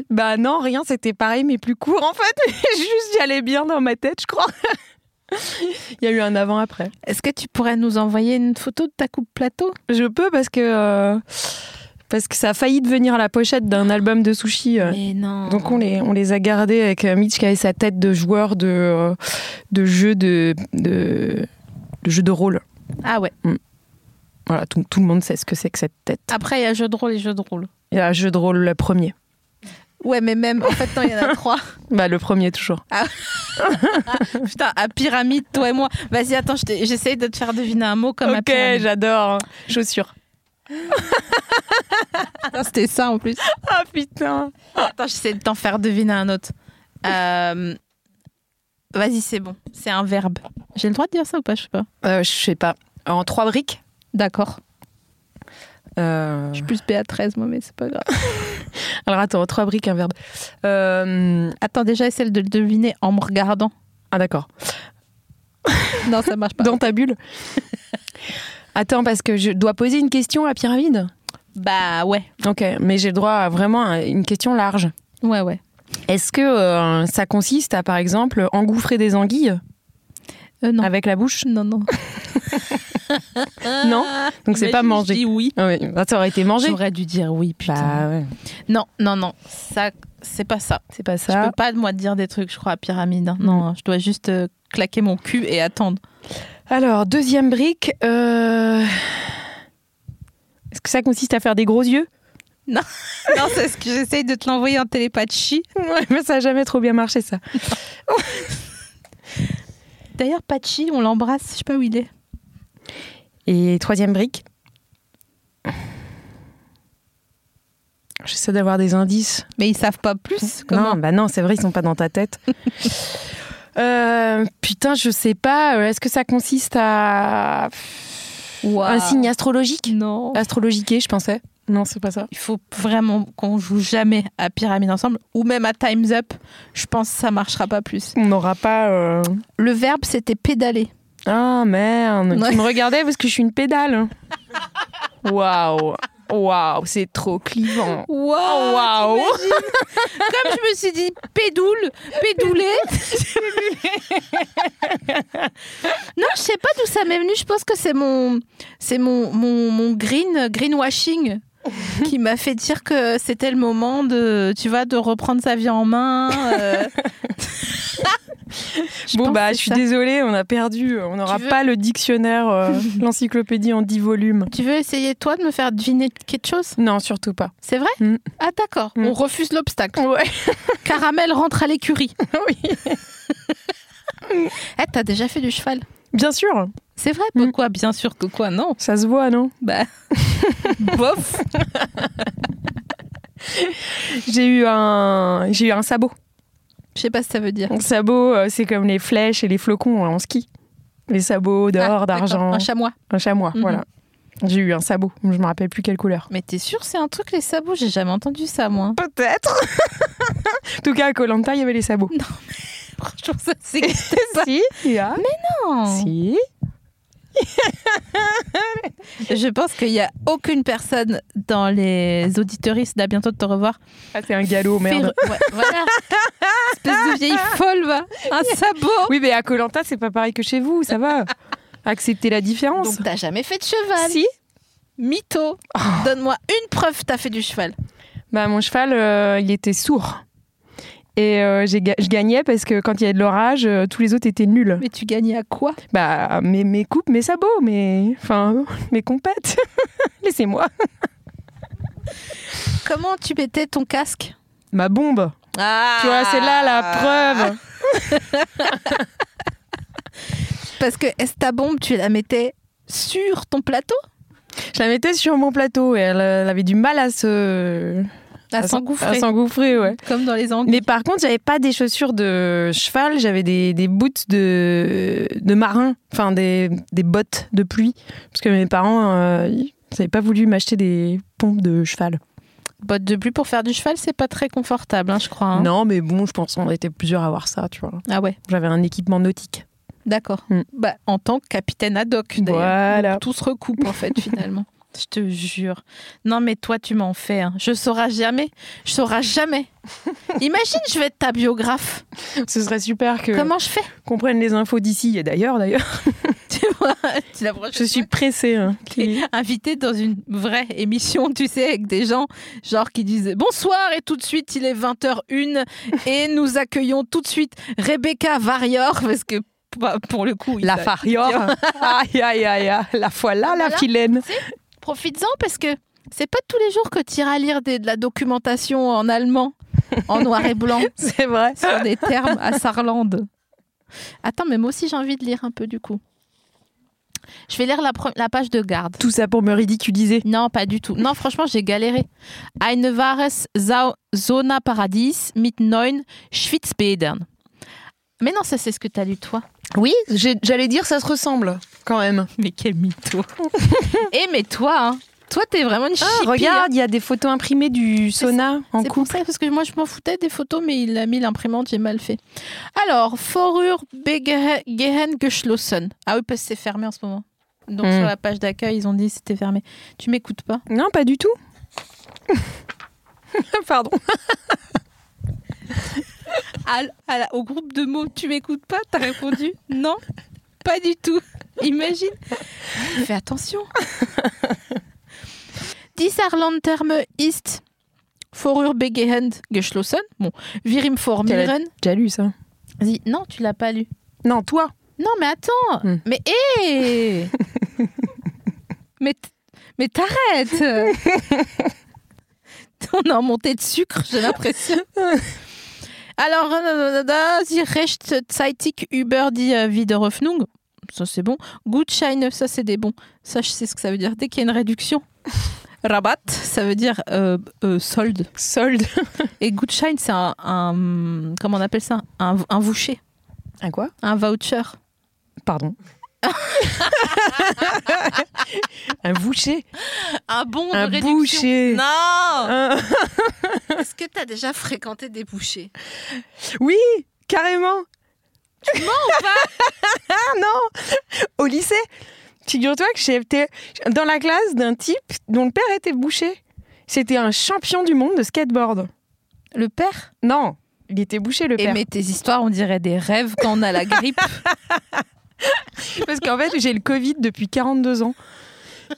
[SPEAKER 3] bah non, rien, c'était pareil, mais plus court en fait. Juste, j'allais bien dans ma tête, je crois. Il y a eu un avant-après.
[SPEAKER 2] Est-ce que tu pourrais nous envoyer une photo de ta coupe plateau
[SPEAKER 3] Je peux parce que euh, parce que ça a failli devenir la pochette d'un album de sushi. euh.
[SPEAKER 2] Mais non.
[SPEAKER 3] Donc on les on les a gardés avec euh, Mitch qui avait sa tête de joueur de euh, de jeu de de, de jeu de rôle.
[SPEAKER 2] Ah ouais.
[SPEAKER 3] Voilà, tout, tout le monde sait ce que c'est que cette tête.
[SPEAKER 2] Après, il y a jeu de rôle et jeu de rôle.
[SPEAKER 3] Il y a jeu de rôle le premier.
[SPEAKER 2] Ouais, mais même. En fait, non, il y en a trois.
[SPEAKER 3] Bah le premier toujours.
[SPEAKER 2] Putain, à pyramide, toi et moi. Vas-y, attends, je t'ai- j'essaye de te faire deviner un mot comme à
[SPEAKER 3] ok,
[SPEAKER 2] pyramide.
[SPEAKER 3] j'adore. Chaussures.
[SPEAKER 2] Attends, C'était ça en plus.
[SPEAKER 3] Ah putain.
[SPEAKER 2] Attends, j'essaie de t'en faire deviner un autre. Euh, Vas-y, c'est bon. C'est un verbe. J'ai le droit de dire ça ou pas Je sais pas.
[SPEAKER 3] Euh, je sais pas. En trois briques.
[SPEAKER 2] D'accord.
[SPEAKER 3] Euh,
[SPEAKER 2] Je suis plus BA13, moi, mais c'est pas grave.
[SPEAKER 3] Alors attends, en trois briques un verbe. Euh,
[SPEAKER 2] Attends, déjà, essaie de le deviner en me regardant.
[SPEAKER 3] Ah d'accord.
[SPEAKER 2] Non, ça marche pas.
[SPEAKER 3] Dans ta bulle. Attends parce que je dois poser une question à pyramide.
[SPEAKER 2] Bah ouais.
[SPEAKER 3] Ok, mais j'ai le droit à vraiment un- une question large.
[SPEAKER 2] Ouais, ouais.
[SPEAKER 3] Est-ce que euh, ça consiste à, par exemple, engouffrer des anguilles
[SPEAKER 2] Euh, non.
[SPEAKER 3] avec la bouche
[SPEAKER 2] Non, non.
[SPEAKER 3] Non, donc c'est pas
[SPEAKER 2] Imagine, je
[SPEAKER 3] manger.
[SPEAKER 2] dis oui.
[SPEAKER 3] Ah oui, bah, Ça aurait été mangé.
[SPEAKER 2] J'aurais dû dire oui, putain.
[SPEAKER 3] Bah ouais,
[SPEAKER 2] Non, non, non. Ça, c'est pas ça.
[SPEAKER 3] c'est pas
[SPEAKER 2] Je
[SPEAKER 3] ça.
[SPEAKER 2] peux pas, moi, te dire des trucs, je crois, à pyramide. hein. Non, je dois juste euh, claquer mon cul et attendre.
[SPEAKER 3] Alors, deuxième brique. euh, Est-ce que ça consiste à faire des gros yeux
[SPEAKER 2] non, c'est ce que j'essaye de te l'envoyer en télépathie.
[SPEAKER 3] Ouais, mais ça a jamais trop bien marché ça.
[SPEAKER 2] D'ailleurs, Pachi, on l'embrasse, je sais pas où il est.
[SPEAKER 3] Et troisième brique. J'essaie d'avoir des indices.
[SPEAKER 2] Mais ils savent pas plus. Comment
[SPEAKER 3] non, bah non, c'est vrai, ils sont pas dans ta tête. Euh, putain, je sais pas. euh, Est-ce que ça consiste à
[SPEAKER 2] Waouh.
[SPEAKER 3] un signe astrologique
[SPEAKER 2] Non.
[SPEAKER 3] Astrologiqué, je pensais. Non, c'est pas ça.
[SPEAKER 2] Euh, Il faut vraiment qu'on joue jamais à pyramide ensemble ou même à Time's Up. Je pense que ça marchera pas plus.
[SPEAKER 3] On n'aura pas. euh,
[SPEAKER 2] Le verbe, c'était pédaler.
[SPEAKER 3] Ah merde,
[SPEAKER 2] Ouais.
[SPEAKER 3] tu me regardais parce que je suis une pédale. hein. Waouh. Waouh, c'est trop clivant.
[SPEAKER 2] Waouh
[SPEAKER 3] Waouh
[SPEAKER 2] Comme je me suis dit, pédoule, pédoulé. non, je sais pas d'où ça m'est venu. Je pense que c'est mon, c'est mon, mon, mon green, greenwashing qui m'a fait dire que c'était le moment de, tu vois, de reprendre sa vie en main. euh. Je
[SPEAKER 3] Bon
[SPEAKER 2] pense
[SPEAKER 3] bah
[SPEAKER 2] que
[SPEAKER 3] je
[SPEAKER 2] c'est
[SPEAKER 3] suis
[SPEAKER 2] ça.
[SPEAKER 3] désolée, on a perdu, euh, on n'aura
[SPEAKER 2] veux-
[SPEAKER 3] pas le dictionnaire, euh, l'encyclopédie en 10 volumes.
[SPEAKER 2] Tu veux essayer toi de me faire deviner quelque chose
[SPEAKER 3] Non, surtout pas.
[SPEAKER 2] C'est vrai
[SPEAKER 3] Mm.
[SPEAKER 2] Ah d'accord.
[SPEAKER 3] Mm.
[SPEAKER 2] On refuse l'obstacle.
[SPEAKER 3] Ouais.
[SPEAKER 2] Caramel rentre à l'écurie.
[SPEAKER 3] Oui.
[SPEAKER 2] Eh, t'as déjà fait du cheval
[SPEAKER 3] Bien sûr,
[SPEAKER 2] C'est vrai
[SPEAKER 3] Mm.
[SPEAKER 2] Pourquoi Bien sûr que quoi Non.
[SPEAKER 3] ça se voit, non
[SPEAKER 2] Bah, bof.
[SPEAKER 3] J'ai eu un j'ai eu un sabot.
[SPEAKER 2] Je sais pas ce que ça veut dire.
[SPEAKER 3] Un sabot, euh, c'est comme les flèches et les flocons hein, en ski. Les sabots d'or,
[SPEAKER 2] Ah,
[SPEAKER 3] d'argent,
[SPEAKER 2] d'accord,
[SPEAKER 3] un,
[SPEAKER 2] Un chamois.
[SPEAKER 3] chamois,
[SPEAKER 2] Mhm.
[SPEAKER 3] voilà. J'ai eu un sabot, je me rappelle plus quelle couleur.
[SPEAKER 2] Mais t'es sûr c'est un truc les sabots J'ai jamais entendu ça moi.
[SPEAKER 3] Peut-être. en tout cas, à Colanta, il y avait les sabots.
[SPEAKER 2] Franchement ça c'est
[SPEAKER 3] si, il y a. Si.
[SPEAKER 2] Je pense qu'il y a aucune personne dans les auditoristes d'à bientôt de te revoir.
[SPEAKER 3] Ah, c'est un galop, merde.
[SPEAKER 2] Féro- Ouais, voilà. Espèce de vieille folle va. Un sabot.
[SPEAKER 3] Oui, mais à Colanta, c'est pas pareil que chez vous, ça va. Acceptez la différence.
[SPEAKER 2] Donc t'as jamais fait de cheval.
[SPEAKER 3] si.
[SPEAKER 2] Mytho. Donne-moi une preuve t'as fait du cheval.
[SPEAKER 3] Bah, mon cheval, euh, il était sourd. Et euh, j'ai ga- je gagnais parce que quand il y avait de l'orage, euh, tous les autres étaient nuls.
[SPEAKER 2] Mais tu gagnais à quoi
[SPEAKER 3] Bah, mes, mes coupes, mes sabots, mes, enfin, mes compètes. Laissez-moi.
[SPEAKER 2] Comment tu mettais ton casque
[SPEAKER 3] Ma bombe.
[SPEAKER 2] ah
[SPEAKER 3] Tu vois, c'est là la preuve.
[SPEAKER 2] Parce que est-ce ta bombe, tu la mettais sur ton plateau
[SPEAKER 3] Je la mettais sur mon plateau et elle, euh, elle avait du mal à se...
[SPEAKER 2] À
[SPEAKER 3] À
[SPEAKER 2] s'engouffrer.
[SPEAKER 3] s'engouffrer, ouais.
[SPEAKER 2] Comme dans les angles.
[SPEAKER 3] Mais par contre, j'avais pas des chaussures de cheval, j'avais des, des boots de, de marin, enfin des, des bottes de pluie. Parce que mes parents, euh, ils n'avaient pas voulu m'acheter des pompes de cheval.
[SPEAKER 2] Bottes de pluie pour faire du cheval, c'est pas très confortable, hein, je crois. hein.
[SPEAKER 3] Non, mais bon, je pense qu'on était plusieurs à avoir ça, tu vois.
[SPEAKER 2] Ah ouais,
[SPEAKER 3] J'avais un équipement nautique.
[SPEAKER 2] d'accord.
[SPEAKER 3] Mm.
[SPEAKER 2] Bah, en tant que capitaine ad hoc, d'ailleurs.
[SPEAKER 3] Voilà.
[SPEAKER 2] Tout se recoupe, en fait, finalement. Je te jure. Non, mais toi, tu m'en fais. hein. Je saurai jamais. Je saurai jamais. Imagine, je vais être ta biographe.
[SPEAKER 3] Ce serait super que
[SPEAKER 2] Comment je fais
[SPEAKER 3] qu'on prenne les infos d'ici et d'ailleurs, d'ailleurs.
[SPEAKER 2] Tu vois Tu la prochaine
[SPEAKER 3] Je suis pressée. hein.
[SPEAKER 2] T'es invité dans une vraie émission, tu sais, avec des gens genre qui disent bonsoir et tout de suite il est 20h01 et nous accueillons tout de suite Rebecca Varior parce que bah, pour le coup, il
[SPEAKER 3] La
[SPEAKER 2] a-
[SPEAKER 3] fariore. aïe, aïe, aïe, aïe. La fois là, la
[SPEAKER 2] Voilà.
[SPEAKER 3] filaine.
[SPEAKER 2] profites-en parce que c'est pas tous les jours que tu iras lire des- de la documentation en allemand en noir et blanc
[SPEAKER 3] C'est vrai.
[SPEAKER 2] sur des termes à Sarlande. Attends, mais moi aussi j'ai envie de lire un peu du coup. Je vais lire la, pre- la page de garde.
[SPEAKER 3] Tout ça pour me ridiculiser.
[SPEAKER 2] Non, pas du tout. Non, franchement, j'ai galéré. Eine wahres Zau- Zona Paradies mit neun Schwitzbädern. Mais non, ça, c'est ce que t'as lu, toi.
[SPEAKER 3] Oui, j'ai- j'allais dire ça se ressemble quand même.
[SPEAKER 2] Mais quel mytho. Eh, mais toi, hein. Toi, t'es vraiment une
[SPEAKER 3] Ah,
[SPEAKER 2] chippie, hein.
[SPEAKER 3] regarde, il y a des photos imprimées du sauna en
[SPEAKER 2] C'est pour
[SPEAKER 3] couple.
[SPEAKER 2] ça, parce que moi, je m'en foutais des photos, mais il a mis l'imprimante, j'ai mal fait. Alors, Forur Bege- Gehen geschlossen. Ah oui, parce que c'est fermé en ce moment. Donc,
[SPEAKER 3] Hmm.
[SPEAKER 2] sur la page d'accueil, ils ont dit que c'était fermé. Tu m'écoutes pas
[SPEAKER 3] Non, pas du tout. Pardon.
[SPEAKER 2] à l- à la- au groupe de mots Tu m'écoutes pas T'as répondu Non, pas du tout. Imagine. Fais attention. Disarland Terme ist vorübergehend geschlossen. Bon, Virim formieren.
[SPEAKER 3] J'ai lu ça.
[SPEAKER 2] Dis- Non, tu l'as pas lu.
[SPEAKER 3] Non, toi.
[SPEAKER 2] Non, mais attends.
[SPEAKER 3] Hmm.
[SPEAKER 2] Mais hé Mais t- mais t'arrêtes. On a monté de sucre, j'ai l'impression. Alors, euh, Sie rechtzeitig über die euh, Wiederöffnung. Ça, c'est bon. Gutscheine, ça, c'est des bons. Ça, je sais ce que ça veut dire. Dès qu'il y a une réduction. Rabat, ça veut dire euh, euh, solde.
[SPEAKER 3] Solde.
[SPEAKER 2] Et Gutschein, c'est un, un- Comment on appelle ça Un, un voucher,
[SPEAKER 3] À quoi
[SPEAKER 2] un voucher.
[SPEAKER 3] Pardon. un boucher.
[SPEAKER 2] Un bon
[SPEAKER 3] Un boucher. Hein
[SPEAKER 2] Non
[SPEAKER 3] Un-
[SPEAKER 2] Est-ce que t'as déjà fréquenté des bouchers
[SPEAKER 3] Oui, carrément.
[SPEAKER 2] Non ou pas
[SPEAKER 3] Ah non Au lycée Figure-toi que j'étais dans la classe d'un type dont le père était boucher. C'était un champion du monde de skateboard.
[SPEAKER 2] Le père
[SPEAKER 3] Non, il était boucher le
[SPEAKER 2] Et
[SPEAKER 3] père.
[SPEAKER 2] mais tes histoires, on dirait des rêves quand on a la grippe.
[SPEAKER 3] Parce qu'en fait, j'ai le Covid depuis 42 ans.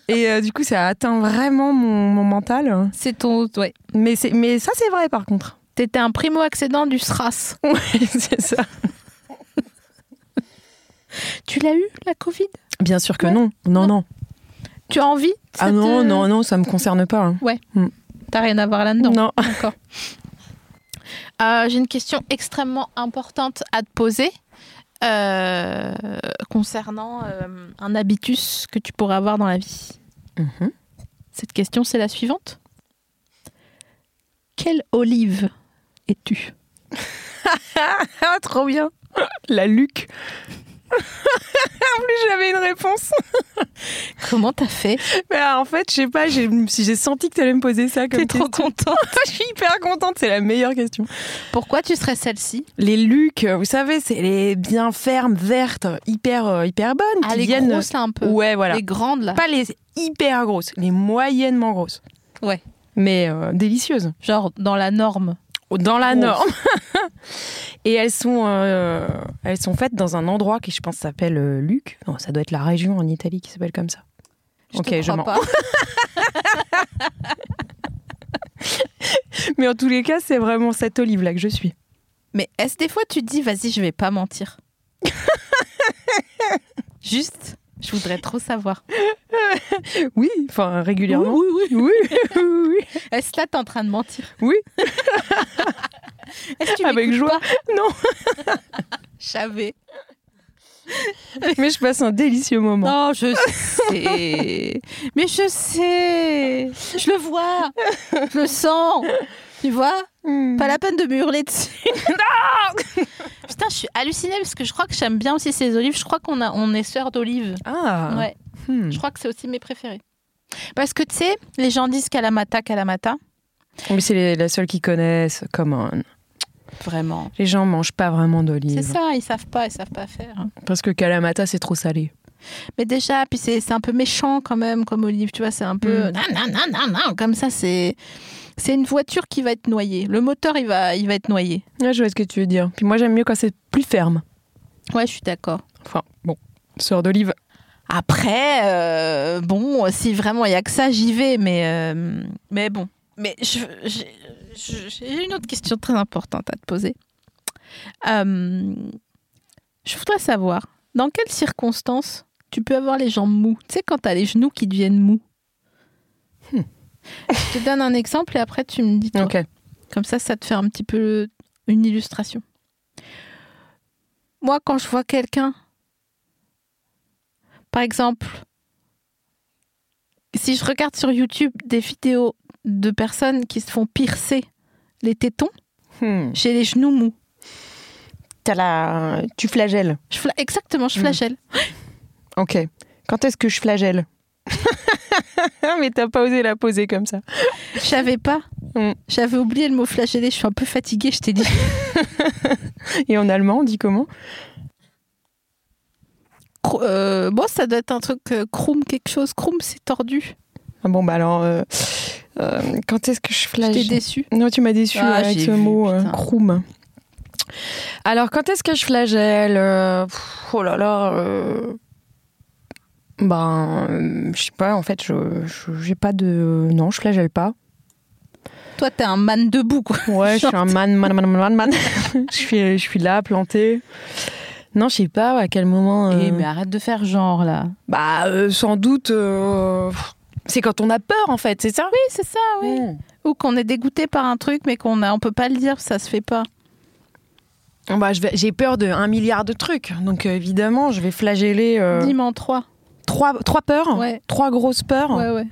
[SPEAKER 3] Et euh, du coup, ça a atteint vraiment mon, mon mental.
[SPEAKER 2] C'est ton. Ouais.
[SPEAKER 3] Mais, c'est- mais ça, c'est vrai par contre.
[SPEAKER 2] T'étais un primo-accédant du SRAS.
[SPEAKER 3] c'est ça.
[SPEAKER 2] Tu l'as eu, la Covid
[SPEAKER 3] Bien sûr que non. Non, non.
[SPEAKER 2] Tu as envie
[SPEAKER 3] Ah
[SPEAKER 2] Ça
[SPEAKER 3] non,
[SPEAKER 2] te-
[SPEAKER 3] non, non, ça me concerne pas. hein.
[SPEAKER 2] T'as rien à voir là-dedans.
[SPEAKER 3] Non.
[SPEAKER 2] D'accord. Euh, J'ai une question extrêmement importante à te poser euh, concernant euh, un habitus que tu pourrais avoir dans la vie.
[SPEAKER 3] Mhm.
[SPEAKER 2] Cette question, c'est la suivante. Quelle olive es-tu
[SPEAKER 3] Ah, trop bien. La Luc. en plus, j'avais une réponse.
[SPEAKER 2] Comment t'as fait
[SPEAKER 3] Mais en fait, je sais pas, j'ai j'ai senti que t'allais me poser ça comme
[SPEAKER 2] T'es trop
[SPEAKER 3] question.
[SPEAKER 2] contente.
[SPEAKER 3] Je suis hyper contente, c'est la meilleure question.
[SPEAKER 2] Pourquoi tu serais celle-ci
[SPEAKER 3] Les Lucs, vous savez, c'est les bien fermes, vertes, hyper, euh, hyper bonnes.
[SPEAKER 2] Ah,
[SPEAKER 3] qui
[SPEAKER 2] les
[SPEAKER 3] viennent...
[SPEAKER 2] grosses, là, un peu.
[SPEAKER 3] Ouais, voilà.
[SPEAKER 2] Les grandes, là.
[SPEAKER 3] Pas les hyper grosses, les moyennement grosses.
[SPEAKER 2] Ouais.
[SPEAKER 3] Mais euh, délicieuses.
[SPEAKER 2] Genre dans la norme.
[SPEAKER 3] Dans la
[SPEAKER 2] Grosses.
[SPEAKER 3] norme. Et elles sont, euh, elles sont faites dans un endroit qui, je pense, s'appelle euh, Luc. Non, ça doit être la région en Italie qui s'appelle comme ça.
[SPEAKER 2] Je
[SPEAKER 3] Ok,
[SPEAKER 2] te
[SPEAKER 3] je
[SPEAKER 2] crois
[SPEAKER 3] mens.
[SPEAKER 2] pas.
[SPEAKER 3] Mais en tous les cas, c'est vraiment cette olive-là que je suis.
[SPEAKER 2] Mais est-ce des fois tu te dis, vas-y, je vais pas mentir Juste, je voudrais trop savoir.
[SPEAKER 3] Oui, enfin, régulièrement. Oui, oui, oui. oui, oui.
[SPEAKER 2] Est-ce que là, t'es en train de mentir
[SPEAKER 3] Oui.
[SPEAKER 2] Est-ce que tu
[SPEAKER 3] Avec
[SPEAKER 2] m'écoutes
[SPEAKER 3] joie.
[SPEAKER 2] pas
[SPEAKER 3] Non.
[SPEAKER 2] Je savais.
[SPEAKER 3] Mais je passe un délicieux moment.
[SPEAKER 2] Non, je sais. Mais je sais. Je le vois. Je le sens. Tu vois
[SPEAKER 3] Hmm.
[SPEAKER 2] Pas la peine de me hurler dessus. Mm. non Putain, je suis hallucinée parce que je crois que j'aime bien aussi ces olives. Je crois qu'on a, on est sœurs d'olives.
[SPEAKER 3] Ah.
[SPEAKER 2] Ouais.
[SPEAKER 3] Hmm.
[SPEAKER 2] Je crois que c'est aussi mes préférés. Parce que tu sais, les gens disent Kalamata, Kalamata.
[SPEAKER 3] Mais c'est les- la seule qui connaissent. Come on.
[SPEAKER 2] Vraiment.
[SPEAKER 3] Les gens mangent pas vraiment
[SPEAKER 2] C'est
[SPEAKER 3] d'olive.
[SPEAKER 2] ça, ils savent pas, ils savent pas faire.
[SPEAKER 3] Parce que Kalamata, c'est trop salé.
[SPEAKER 2] Mais déjà, puis c'est c'est un peu méchant quand même comme olive, tu vois, c'est un peu
[SPEAKER 3] Mm.
[SPEAKER 2] nan, nan, nan, nan, nan, comme ça, c'est c'est une voiture qui va être noyée. Le moteur, il va il va être noyé.
[SPEAKER 3] Ouais, je vois ce que tu veux dire. Puis moi, j'aime mieux quand c'est plus ferme.
[SPEAKER 2] Ouais, je suis d'accord.
[SPEAKER 3] Enfin, bon. Sœur d'olive.
[SPEAKER 2] Après, euh, bon, si vraiment il y a que ça, j'y vais, mais euh, mais bon. Mais je- j'ai je- j'ai une autre question très importante à te poser. Euh, je voudrais savoir dans quelles circonstances tu peux avoir les jambes moues. Tu sais quand t'as les genoux qui deviennent mous.
[SPEAKER 3] Hmm.
[SPEAKER 2] Je te donne un exemple et après tu me dis. toi.
[SPEAKER 3] Ok.
[SPEAKER 2] Comme ça, ça te fait un petit peu une illustration. Moi, quand je vois quelqu'un, par exemple, si je regarde sur YouTube des vidéos de personnes qui se font piercer les tétons,
[SPEAKER 3] Hmm.
[SPEAKER 2] j'ai les genoux mous.
[SPEAKER 3] T'as la... Tu flagelles.
[SPEAKER 2] Je fla- Exactement, je
[SPEAKER 3] Mm.
[SPEAKER 2] flagelle.
[SPEAKER 3] Ok. Quand est-ce que je flagelle Mais t'as pas osé la poser comme ça.
[SPEAKER 2] Je savais pas.
[SPEAKER 3] Mm.
[SPEAKER 2] J'avais oublié le mot flageller. Je suis un peu fatiguée, je t'ai dit.
[SPEAKER 3] Et en allemand, on dit comment
[SPEAKER 2] Cro- euh, bon, ça doit être un truc euh, croum quelque chose. Croum, c'est tordu.
[SPEAKER 3] Ah Bon, bah alors, euh, euh, quand est-ce que je
[SPEAKER 2] J'étais
[SPEAKER 3] flagelle
[SPEAKER 2] déçue.
[SPEAKER 3] Non, tu m'as déçu
[SPEAKER 2] Ah,
[SPEAKER 3] avec
[SPEAKER 2] j'ai
[SPEAKER 3] ce
[SPEAKER 2] vu,
[SPEAKER 3] mot euh,
[SPEAKER 2] putain.
[SPEAKER 3] croum. Alors, quand est-ce que je flagelle Euh, pff, Oh là là. euh, Ben, euh, je sais pas, en fait, je je- j'ai pas de. Non, je flagelle pas.
[SPEAKER 2] Toi, t'es un man debout, quoi.
[SPEAKER 3] Ouais, je suis un man, man, man, man, man. je, suis, je suis là, planté. Non, je sais pas à quel moment. euh,
[SPEAKER 2] Eh, mais arrête de faire genre, là.
[SPEAKER 3] Bah, euh, sans doute. euh, pff, C'est quand on a peur, en fait, c'est ça
[SPEAKER 2] Oui, c'est ça, oui. Ou qu'on est dégoûté par un truc, mais qu'on a, on peut pas le dire, ça se fait pas.
[SPEAKER 3] Bah, je vais- j'ai peur de un milliard de trucs, donc euh, évidemment, je vais flageller euh,
[SPEAKER 2] Dimanche 3.
[SPEAKER 3] trois, trois peurs,
[SPEAKER 2] Ouais.
[SPEAKER 3] trois grosses peurs.
[SPEAKER 2] Ouais, ouais.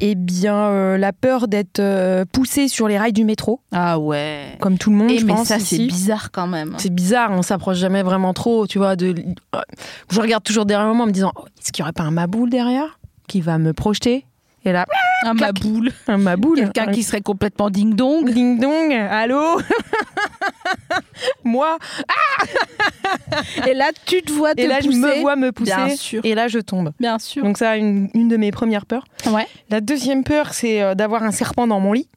[SPEAKER 3] Et bien, euh, la peur d'être euh, poussé sur les rails du métro,
[SPEAKER 2] Ah ouais.
[SPEAKER 3] comme tout le monde,
[SPEAKER 2] Et
[SPEAKER 3] je
[SPEAKER 2] Eh, mais
[SPEAKER 3] pense,
[SPEAKER 2] ça,
[SPEAKER 3] ici.
[SPEAKER 2] c'est bizarre quand même.
[SPEAKER 3] C'est bizarre, on s'approche jamais vraiment trop, tu vois. De... Je regarde toujours derrière moi en me disant, Oh, est-ce qu'il n'y aurait pas un maboule derrière qui va me projeter Et là,
[SPEAKER 2] Ah, ma boule.
[SPEAKER 3] un maboule.
[SPEAKER 2] Quelqu'un qui serait complètement ding-dong.
[SPEAKER 3] Ding dong, allô moi.
[SPEAKER 2] Et là, tu te vois te
[SPEAKER 3] Et là,
[SPEAKER 2] pousser.
[SPEAKER 3] je me vois me pousser.
[SPEAKER 2] Bien sûr.
[SPEAKER 3] Et là, je tombe.
[SPEAKER 2] Bien sûr.
[SPEAKER 3] Donc ça, une, une de mes premières peurs.
[SPEAKER 2] Ouais,
[SPEAKER 3] La deuxième peur, c'est euh, d'avoir un serpent dans mon lit.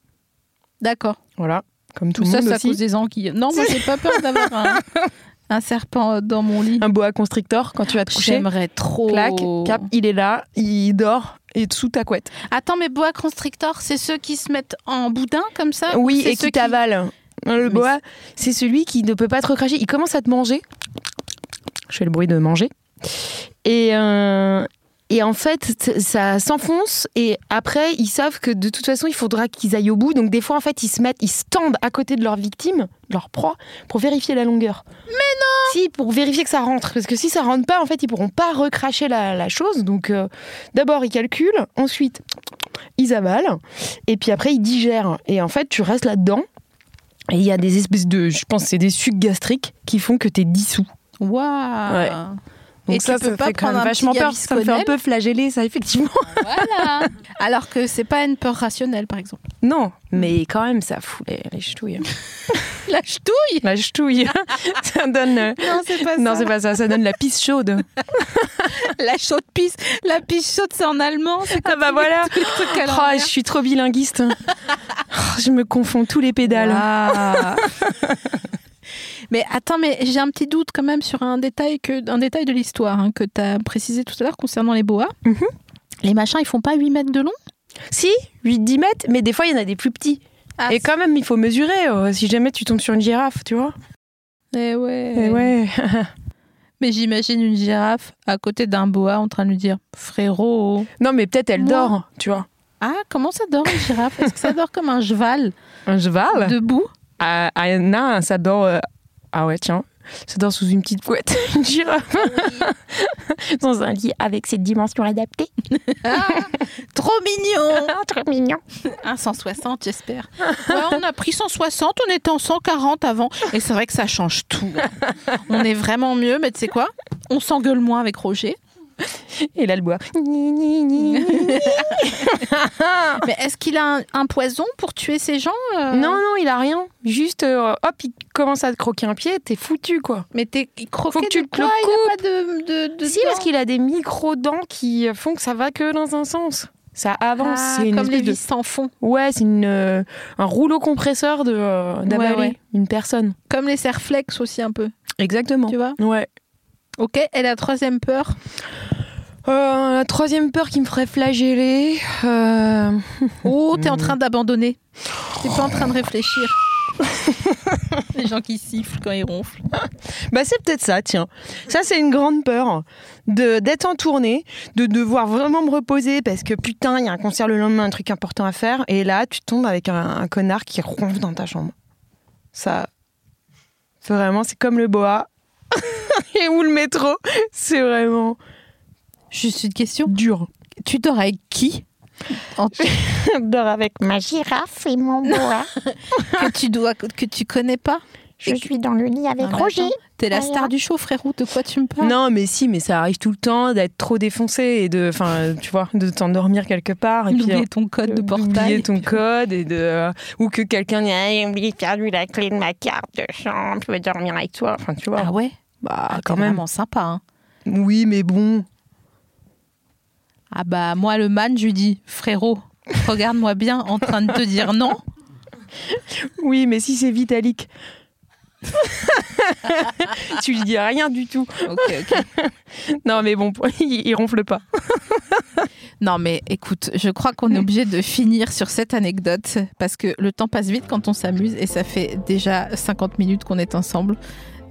[SPEAKER 2] d'accord.
[SPEAKER 3] Voilà, comme tout
[SPEAKER 2] Tout
[SPEAKER 3] le
[SPEAKER 2] ça,
[SPEAKER 3] monde
[SPEAKER 2] c'est à
[SPEAKER 3] aussi.
[SPEAKER 2] cause des anguilles. Non, moi, j'ai pas peur d'avoir un, un serpent euh, dans mon lit.
[SPEAKER 3] Un boa constrictor quand tu vas te coucher.
[SPEAKER 2] J'aimerais trop.
[SPEAKER 3] Clac,
[SPEAKER 2] Oh.
[SPEAKER 3] cap, il est là, il dort et sous ta couette.
[SPEAKER 2] Attends, mais boa constrictor, c'est ceux qui se mettent en boudin comme ça ou
[SPEAKER 3] oui,
[SPEAKER 2] Ah, c'est
[SPEAKER 3] et
[SPEAKER 2] ceux
[SPEAKER 3] qui t'avale. Le
[SPEAKER 2] Mais
[SPEAKER 3] boa, c'est celui qui ne peut pas te recracher. Il commence à te manger. Je fais le bruit de manger. Et, euh, et en fait, t- ça s'enfonce. Et après, ils savent que de toute façon, il faudra qu'ils aillent au bout. Donc des fois, en fait, ils se mettent, ils se tendent à côté de leur victime, de leur proie, pour vérifier la longueur. Mais non Si, pour vérifier que ça rentre. Parce que si ça rentre pas, en fait, ils pourront pas recracher la, la chose. Donc euh, d'abord, ils calculent. Ensuite, ils avalent. Et puis après, ils digèrent. Et en fait, tu restes là-dedans. Et il y a des espèces de, je pense, que c'est des sucs gastriques qui font que t'es dissous.
[SPEAKER 2] Waouh
[SPEAKER 3] Ouais.
[SPEAKER 2] Et tu peux pas prendre un petit
[SPEAKER 3] Ça me fait un
[SPEAKER 2] gavisconnel
[SPEAKER 3] peu flageller, ça, effectivement.
[SPEAKER 2] Voilà Alors que c'est pas une peur rationnelle, par exemple.
[SPEAKER 3] Non, mais quand même, ça fout les, les ch'touilles.
[SPEAKER 2] La ch'touille
[SPEAKER 3] La ch'touille, ça donne. euh,
[SPEAKER 2] Non, c'est pas
[SPEAKER 3] Non,
[SPEAKER 2] ça.
[SPEAKER 3] c'est pas ça, ça donne la pisse chaude.
[SPEAKER 2] La chaude pisse. La pisse chaude, c'est en allemand. C'est
[SPEAKER 3] Ah bah voilà
[SPEAKER 2] le truc
[SPEAKER 3] Oh,
[SPEAKER 2] à
[SPEAKER 3] je
[SPEAKER 2] l'envers.
[SPEAKER 3] suis trop bilinguiste. Oh, je me confonds tous les pédales.
[SPEAKER 2] Waouh. mais attends, mais j'ai un petit doute quand même sur un détail, que, un détail de l'histoire hein, que tu as précisé tout à l'heure concernant les boas.
[SPEAKER 3] Mhm.
[SPEAKER 2] Les machins, ils font pas 8 mètres de long
[SPEAKER 3] Si, 8-10 mètres, mais des fois, il y en a des plus petits.
[SPEAKER 2] Ah,
[SPEAKER 3] Et quand même, il faut mesurer euh, si jamais tu tombes sur une girafe, tu vois.
[SPEAKER 2] Eh ouais.
[SPEAKER 3] Eh ouais.
[SPEAKER 2] Mais j'imagine une girafe à côté d'un boa en train de lui dire frérot.
[SPEAKER 3] Non, mais peut-être elle
[SPEAKER 2] Moi.
[SPEAKER 3] dort, tu vois.
[SPEAKER 2] Ah, comment ça dort une girafe Est-ce que ça dort comme un cheval
[SPEAKER 3] Un cheval
[SPEAKER 2] debout
[SPEAKER 3] Ah, ah, non, ça dort. euh, Ah ouais, tiens. Ça dort sous une petite couette, une girafe. Dans un lit avec ses dimensions adaptées.
[SPEAKER 2] Ah, Trop mignon
[SPEAKER 3] Ah, trop mignon.
[SPEAKER 2] Un 160, j'espère. Ouais, on a pris 160, on était en 140 avant. Et c'est vrai que ça change tout. hein. On est vraiment mieux, mais tu sais quoi On s'engueule moins avec Roger.
[SPEAKER 3] Et là, le bois. Ni, ni, ni, ni.
[SPEAKER 2] Mais est-ce qu'il a un, un poison pour tuer ces gens euh
[SPEAKER 3] non, non, il a rien. Juste, euh, hop, il commence à te croquer un pied, t'es foutu, quoi.
[SPEAKER 2] Mais t'es croqué
[SPEAKER 3] Faut que tu
[SPEAKER 2] de
[SPEAKER 3] te
[SPEAKER 2] quoi
[SPEAKER 3] le
[SPEAKER 2] Il a pas de... de, de
[SPEAKER 3] si, parce qu'il a des micro-dents qui font que ça va que dans un sens. Ça avance.
[SPEAKER 2] Ah,
[SPEAKER 3] c'est une
[SPEAKER 2] comme les
[SPEAKER 3] espèce de-
[SPEAKER 2] vis sans fond.
[SPEAKER 3] Ouais, c'est une, euh, un rouleau compresseur de, euh, d'avaler
[SPEAKER 2] ouais.
[SPEAKER 3] une personne.
[SPEAKER 2] Comme les serflex aussi un peu,
[SPEAKER 3] Exactement.
[SPEAKER 2] tu vois
[SPEAKER 3] Ouais.
[SPEAKER 2] Ok, et la troisième peur
[SPEAKER 3] Euh, la troisième peur qui me ferait flageller. euh,
[SPEAKER 2] Oh, t'es en
[SPEAKER 3] Mm.
[SPEAKER 2] train d'abandonner. T'es pas en train
[SPEAKER 3] Oh.
[SPEAKER 2] de réfléchir. les gens qui sifflent quand ils ronflent.
[SPEAKER 3] Bah c'est peut-être ça, tiens. Ça c'est une grande peur de d'être en tournée, de devoir vraiment me reposer parce que putain il y a un concert le lendemain, un truc important à faire, et là tu tombes avec un, un connard qui ronfle dans ta chambre. Ça, c'est vraiment c'est comme le boa et ou le métro, c'est vraiment
[SPEAKER 2] Juste une question.
[SPEAKER 3] dur.
[SPEAKER 2] Tu dors avec qui En- que
[SPEAKER 3] Je dors avec ma girafe et mon boa.
[SPEAKER 2] tu dois que tu connais pas
[SPEAKER 5] Je suis dans le lit avec
[SPEAKER 2] Ah, mais
[SPEAKER 5] Roger.
[SPEAKER 2] attends, T'es la
[SPEAKER 5] Voilà.
[SPEAKER 2] star du show, frérot. De quoi tu me parles
[SPEAKER 3] Non mais si mais ça arrive tout le temps d'être trop défoncé et de enfin tu vois de t'endormir quelque part et puis euh,
[SPEAKER 2] D'oublier ton code de
[SPEAKER 3] D'oublier
[SPEAKER 2] portail.
[SPEAKER 3] ton code et de euh, ou que quelqu'un n'y aille.
[SPEAKER 5] J'ai oublié de faire lui la clé de ma carte de chambre. Je veux dormir avec toi.
[SPEAKER 3] Enfin, tu vois.
[SPEAKER 2] Ah ouais
[SPEAKER 3] bah,
[SPEAKER 2] Ah,
[SPEAKER 3] quand
[SPEAKER 2] t'es
[SPEAKER 3] même.
[SPEAKER 2] Vraiment sympa. hein.
[SPEAKER 3] Oui, mais bon.
[SPEAKER 2] Ah bah moi le man, je lui dis frérot, regarde-moi bien en train de te dire non.
[SPEAKER 3] Oui, mais si c'est Vitalik. tu lui dis rien du tout.
[SPEAKER 2] Ok ok.
[SPEAKER 3] Non, mais bon, il, il ronfle pas.
[SPEAKER 2] Non mais écoute, je crois qu'on
[SPEAKER 3] Mm.
[SPEAKER 2] est obligé de finir sur cette anecdote parce que le temps passe vite quand on s'amuse et ça fait déjà 50 minutes qu'on est ensemble.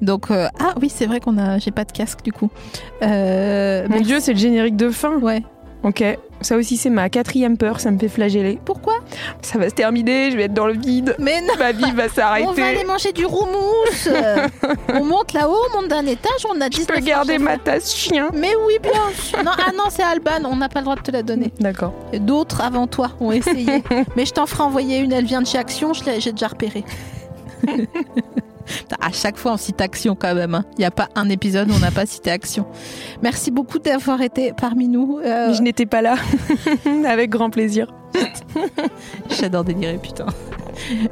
[SPEAKER 2] Donc euh, ah oui c'est vrai qu'on a j'ai pas de casque du coup. Euh,
[SPEAKER 3] Mon Dieu, c'est le générique de fin.
[SPEAKER 2] ouais.
[SPEAKER 3] Ok. Ça aussi, c'est ma quatrième peur. Ça me fait flageller.
[SPEAKER 2] Pourquoi
[SPEAKER 3] Ça va se terminer. Je vais être dans le vide.
[SPEAKER 2] Mais non.
[SPEAKER 3] Ma vie va s'arrêter.
[SPEAKER 2] On va aller manger du roumousse. Euh, on monte là-haut, on monte d'un étage, on a
[SPEAKER 3] Je
[SPEAKER 2] 19
[SPEAKER 3] peux garder
[SPEAKER 2] franges.
[SPEAKER 3] ma tasse chien.
[SPEAKER 2] Mais oui, bien sûr. Non, ah non, c'est Alban, on n'a pas le droit de te la donner.
[SPEAKER 3] D'accord.
[SPEAKER 2] D'autres avant toi ont essayé. Mais je t'en ferai envoyer une, elle vient de chez Action, je l'ai- j'ai déjà repéré. Putain, À chaque fois, on cite Action quand même. hein. Il n'y a pas un épisode où on n'a pas cité Action. Merci beaucoup d'avoir été parmi nous. Euh,
[SPEAKER 3] Je n'étais pas là. Avec grand plaisir.
[SPEAKER 2] J'adore délirer, putain.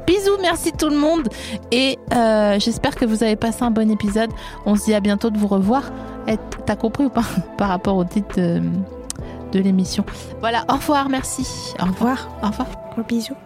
[SPEAKER 2] Bisous, merci tout le monde. Et Euh, J'espère que vous avez passé un bon épisode. On se dit à bientôt de vous revoir. Eh, T'as compris ou pas par rapport au titre de, de l'émission Voilà, au revoir, merci. Au revoir. Au revoir.
[SPEAKER 6] Gros bisous.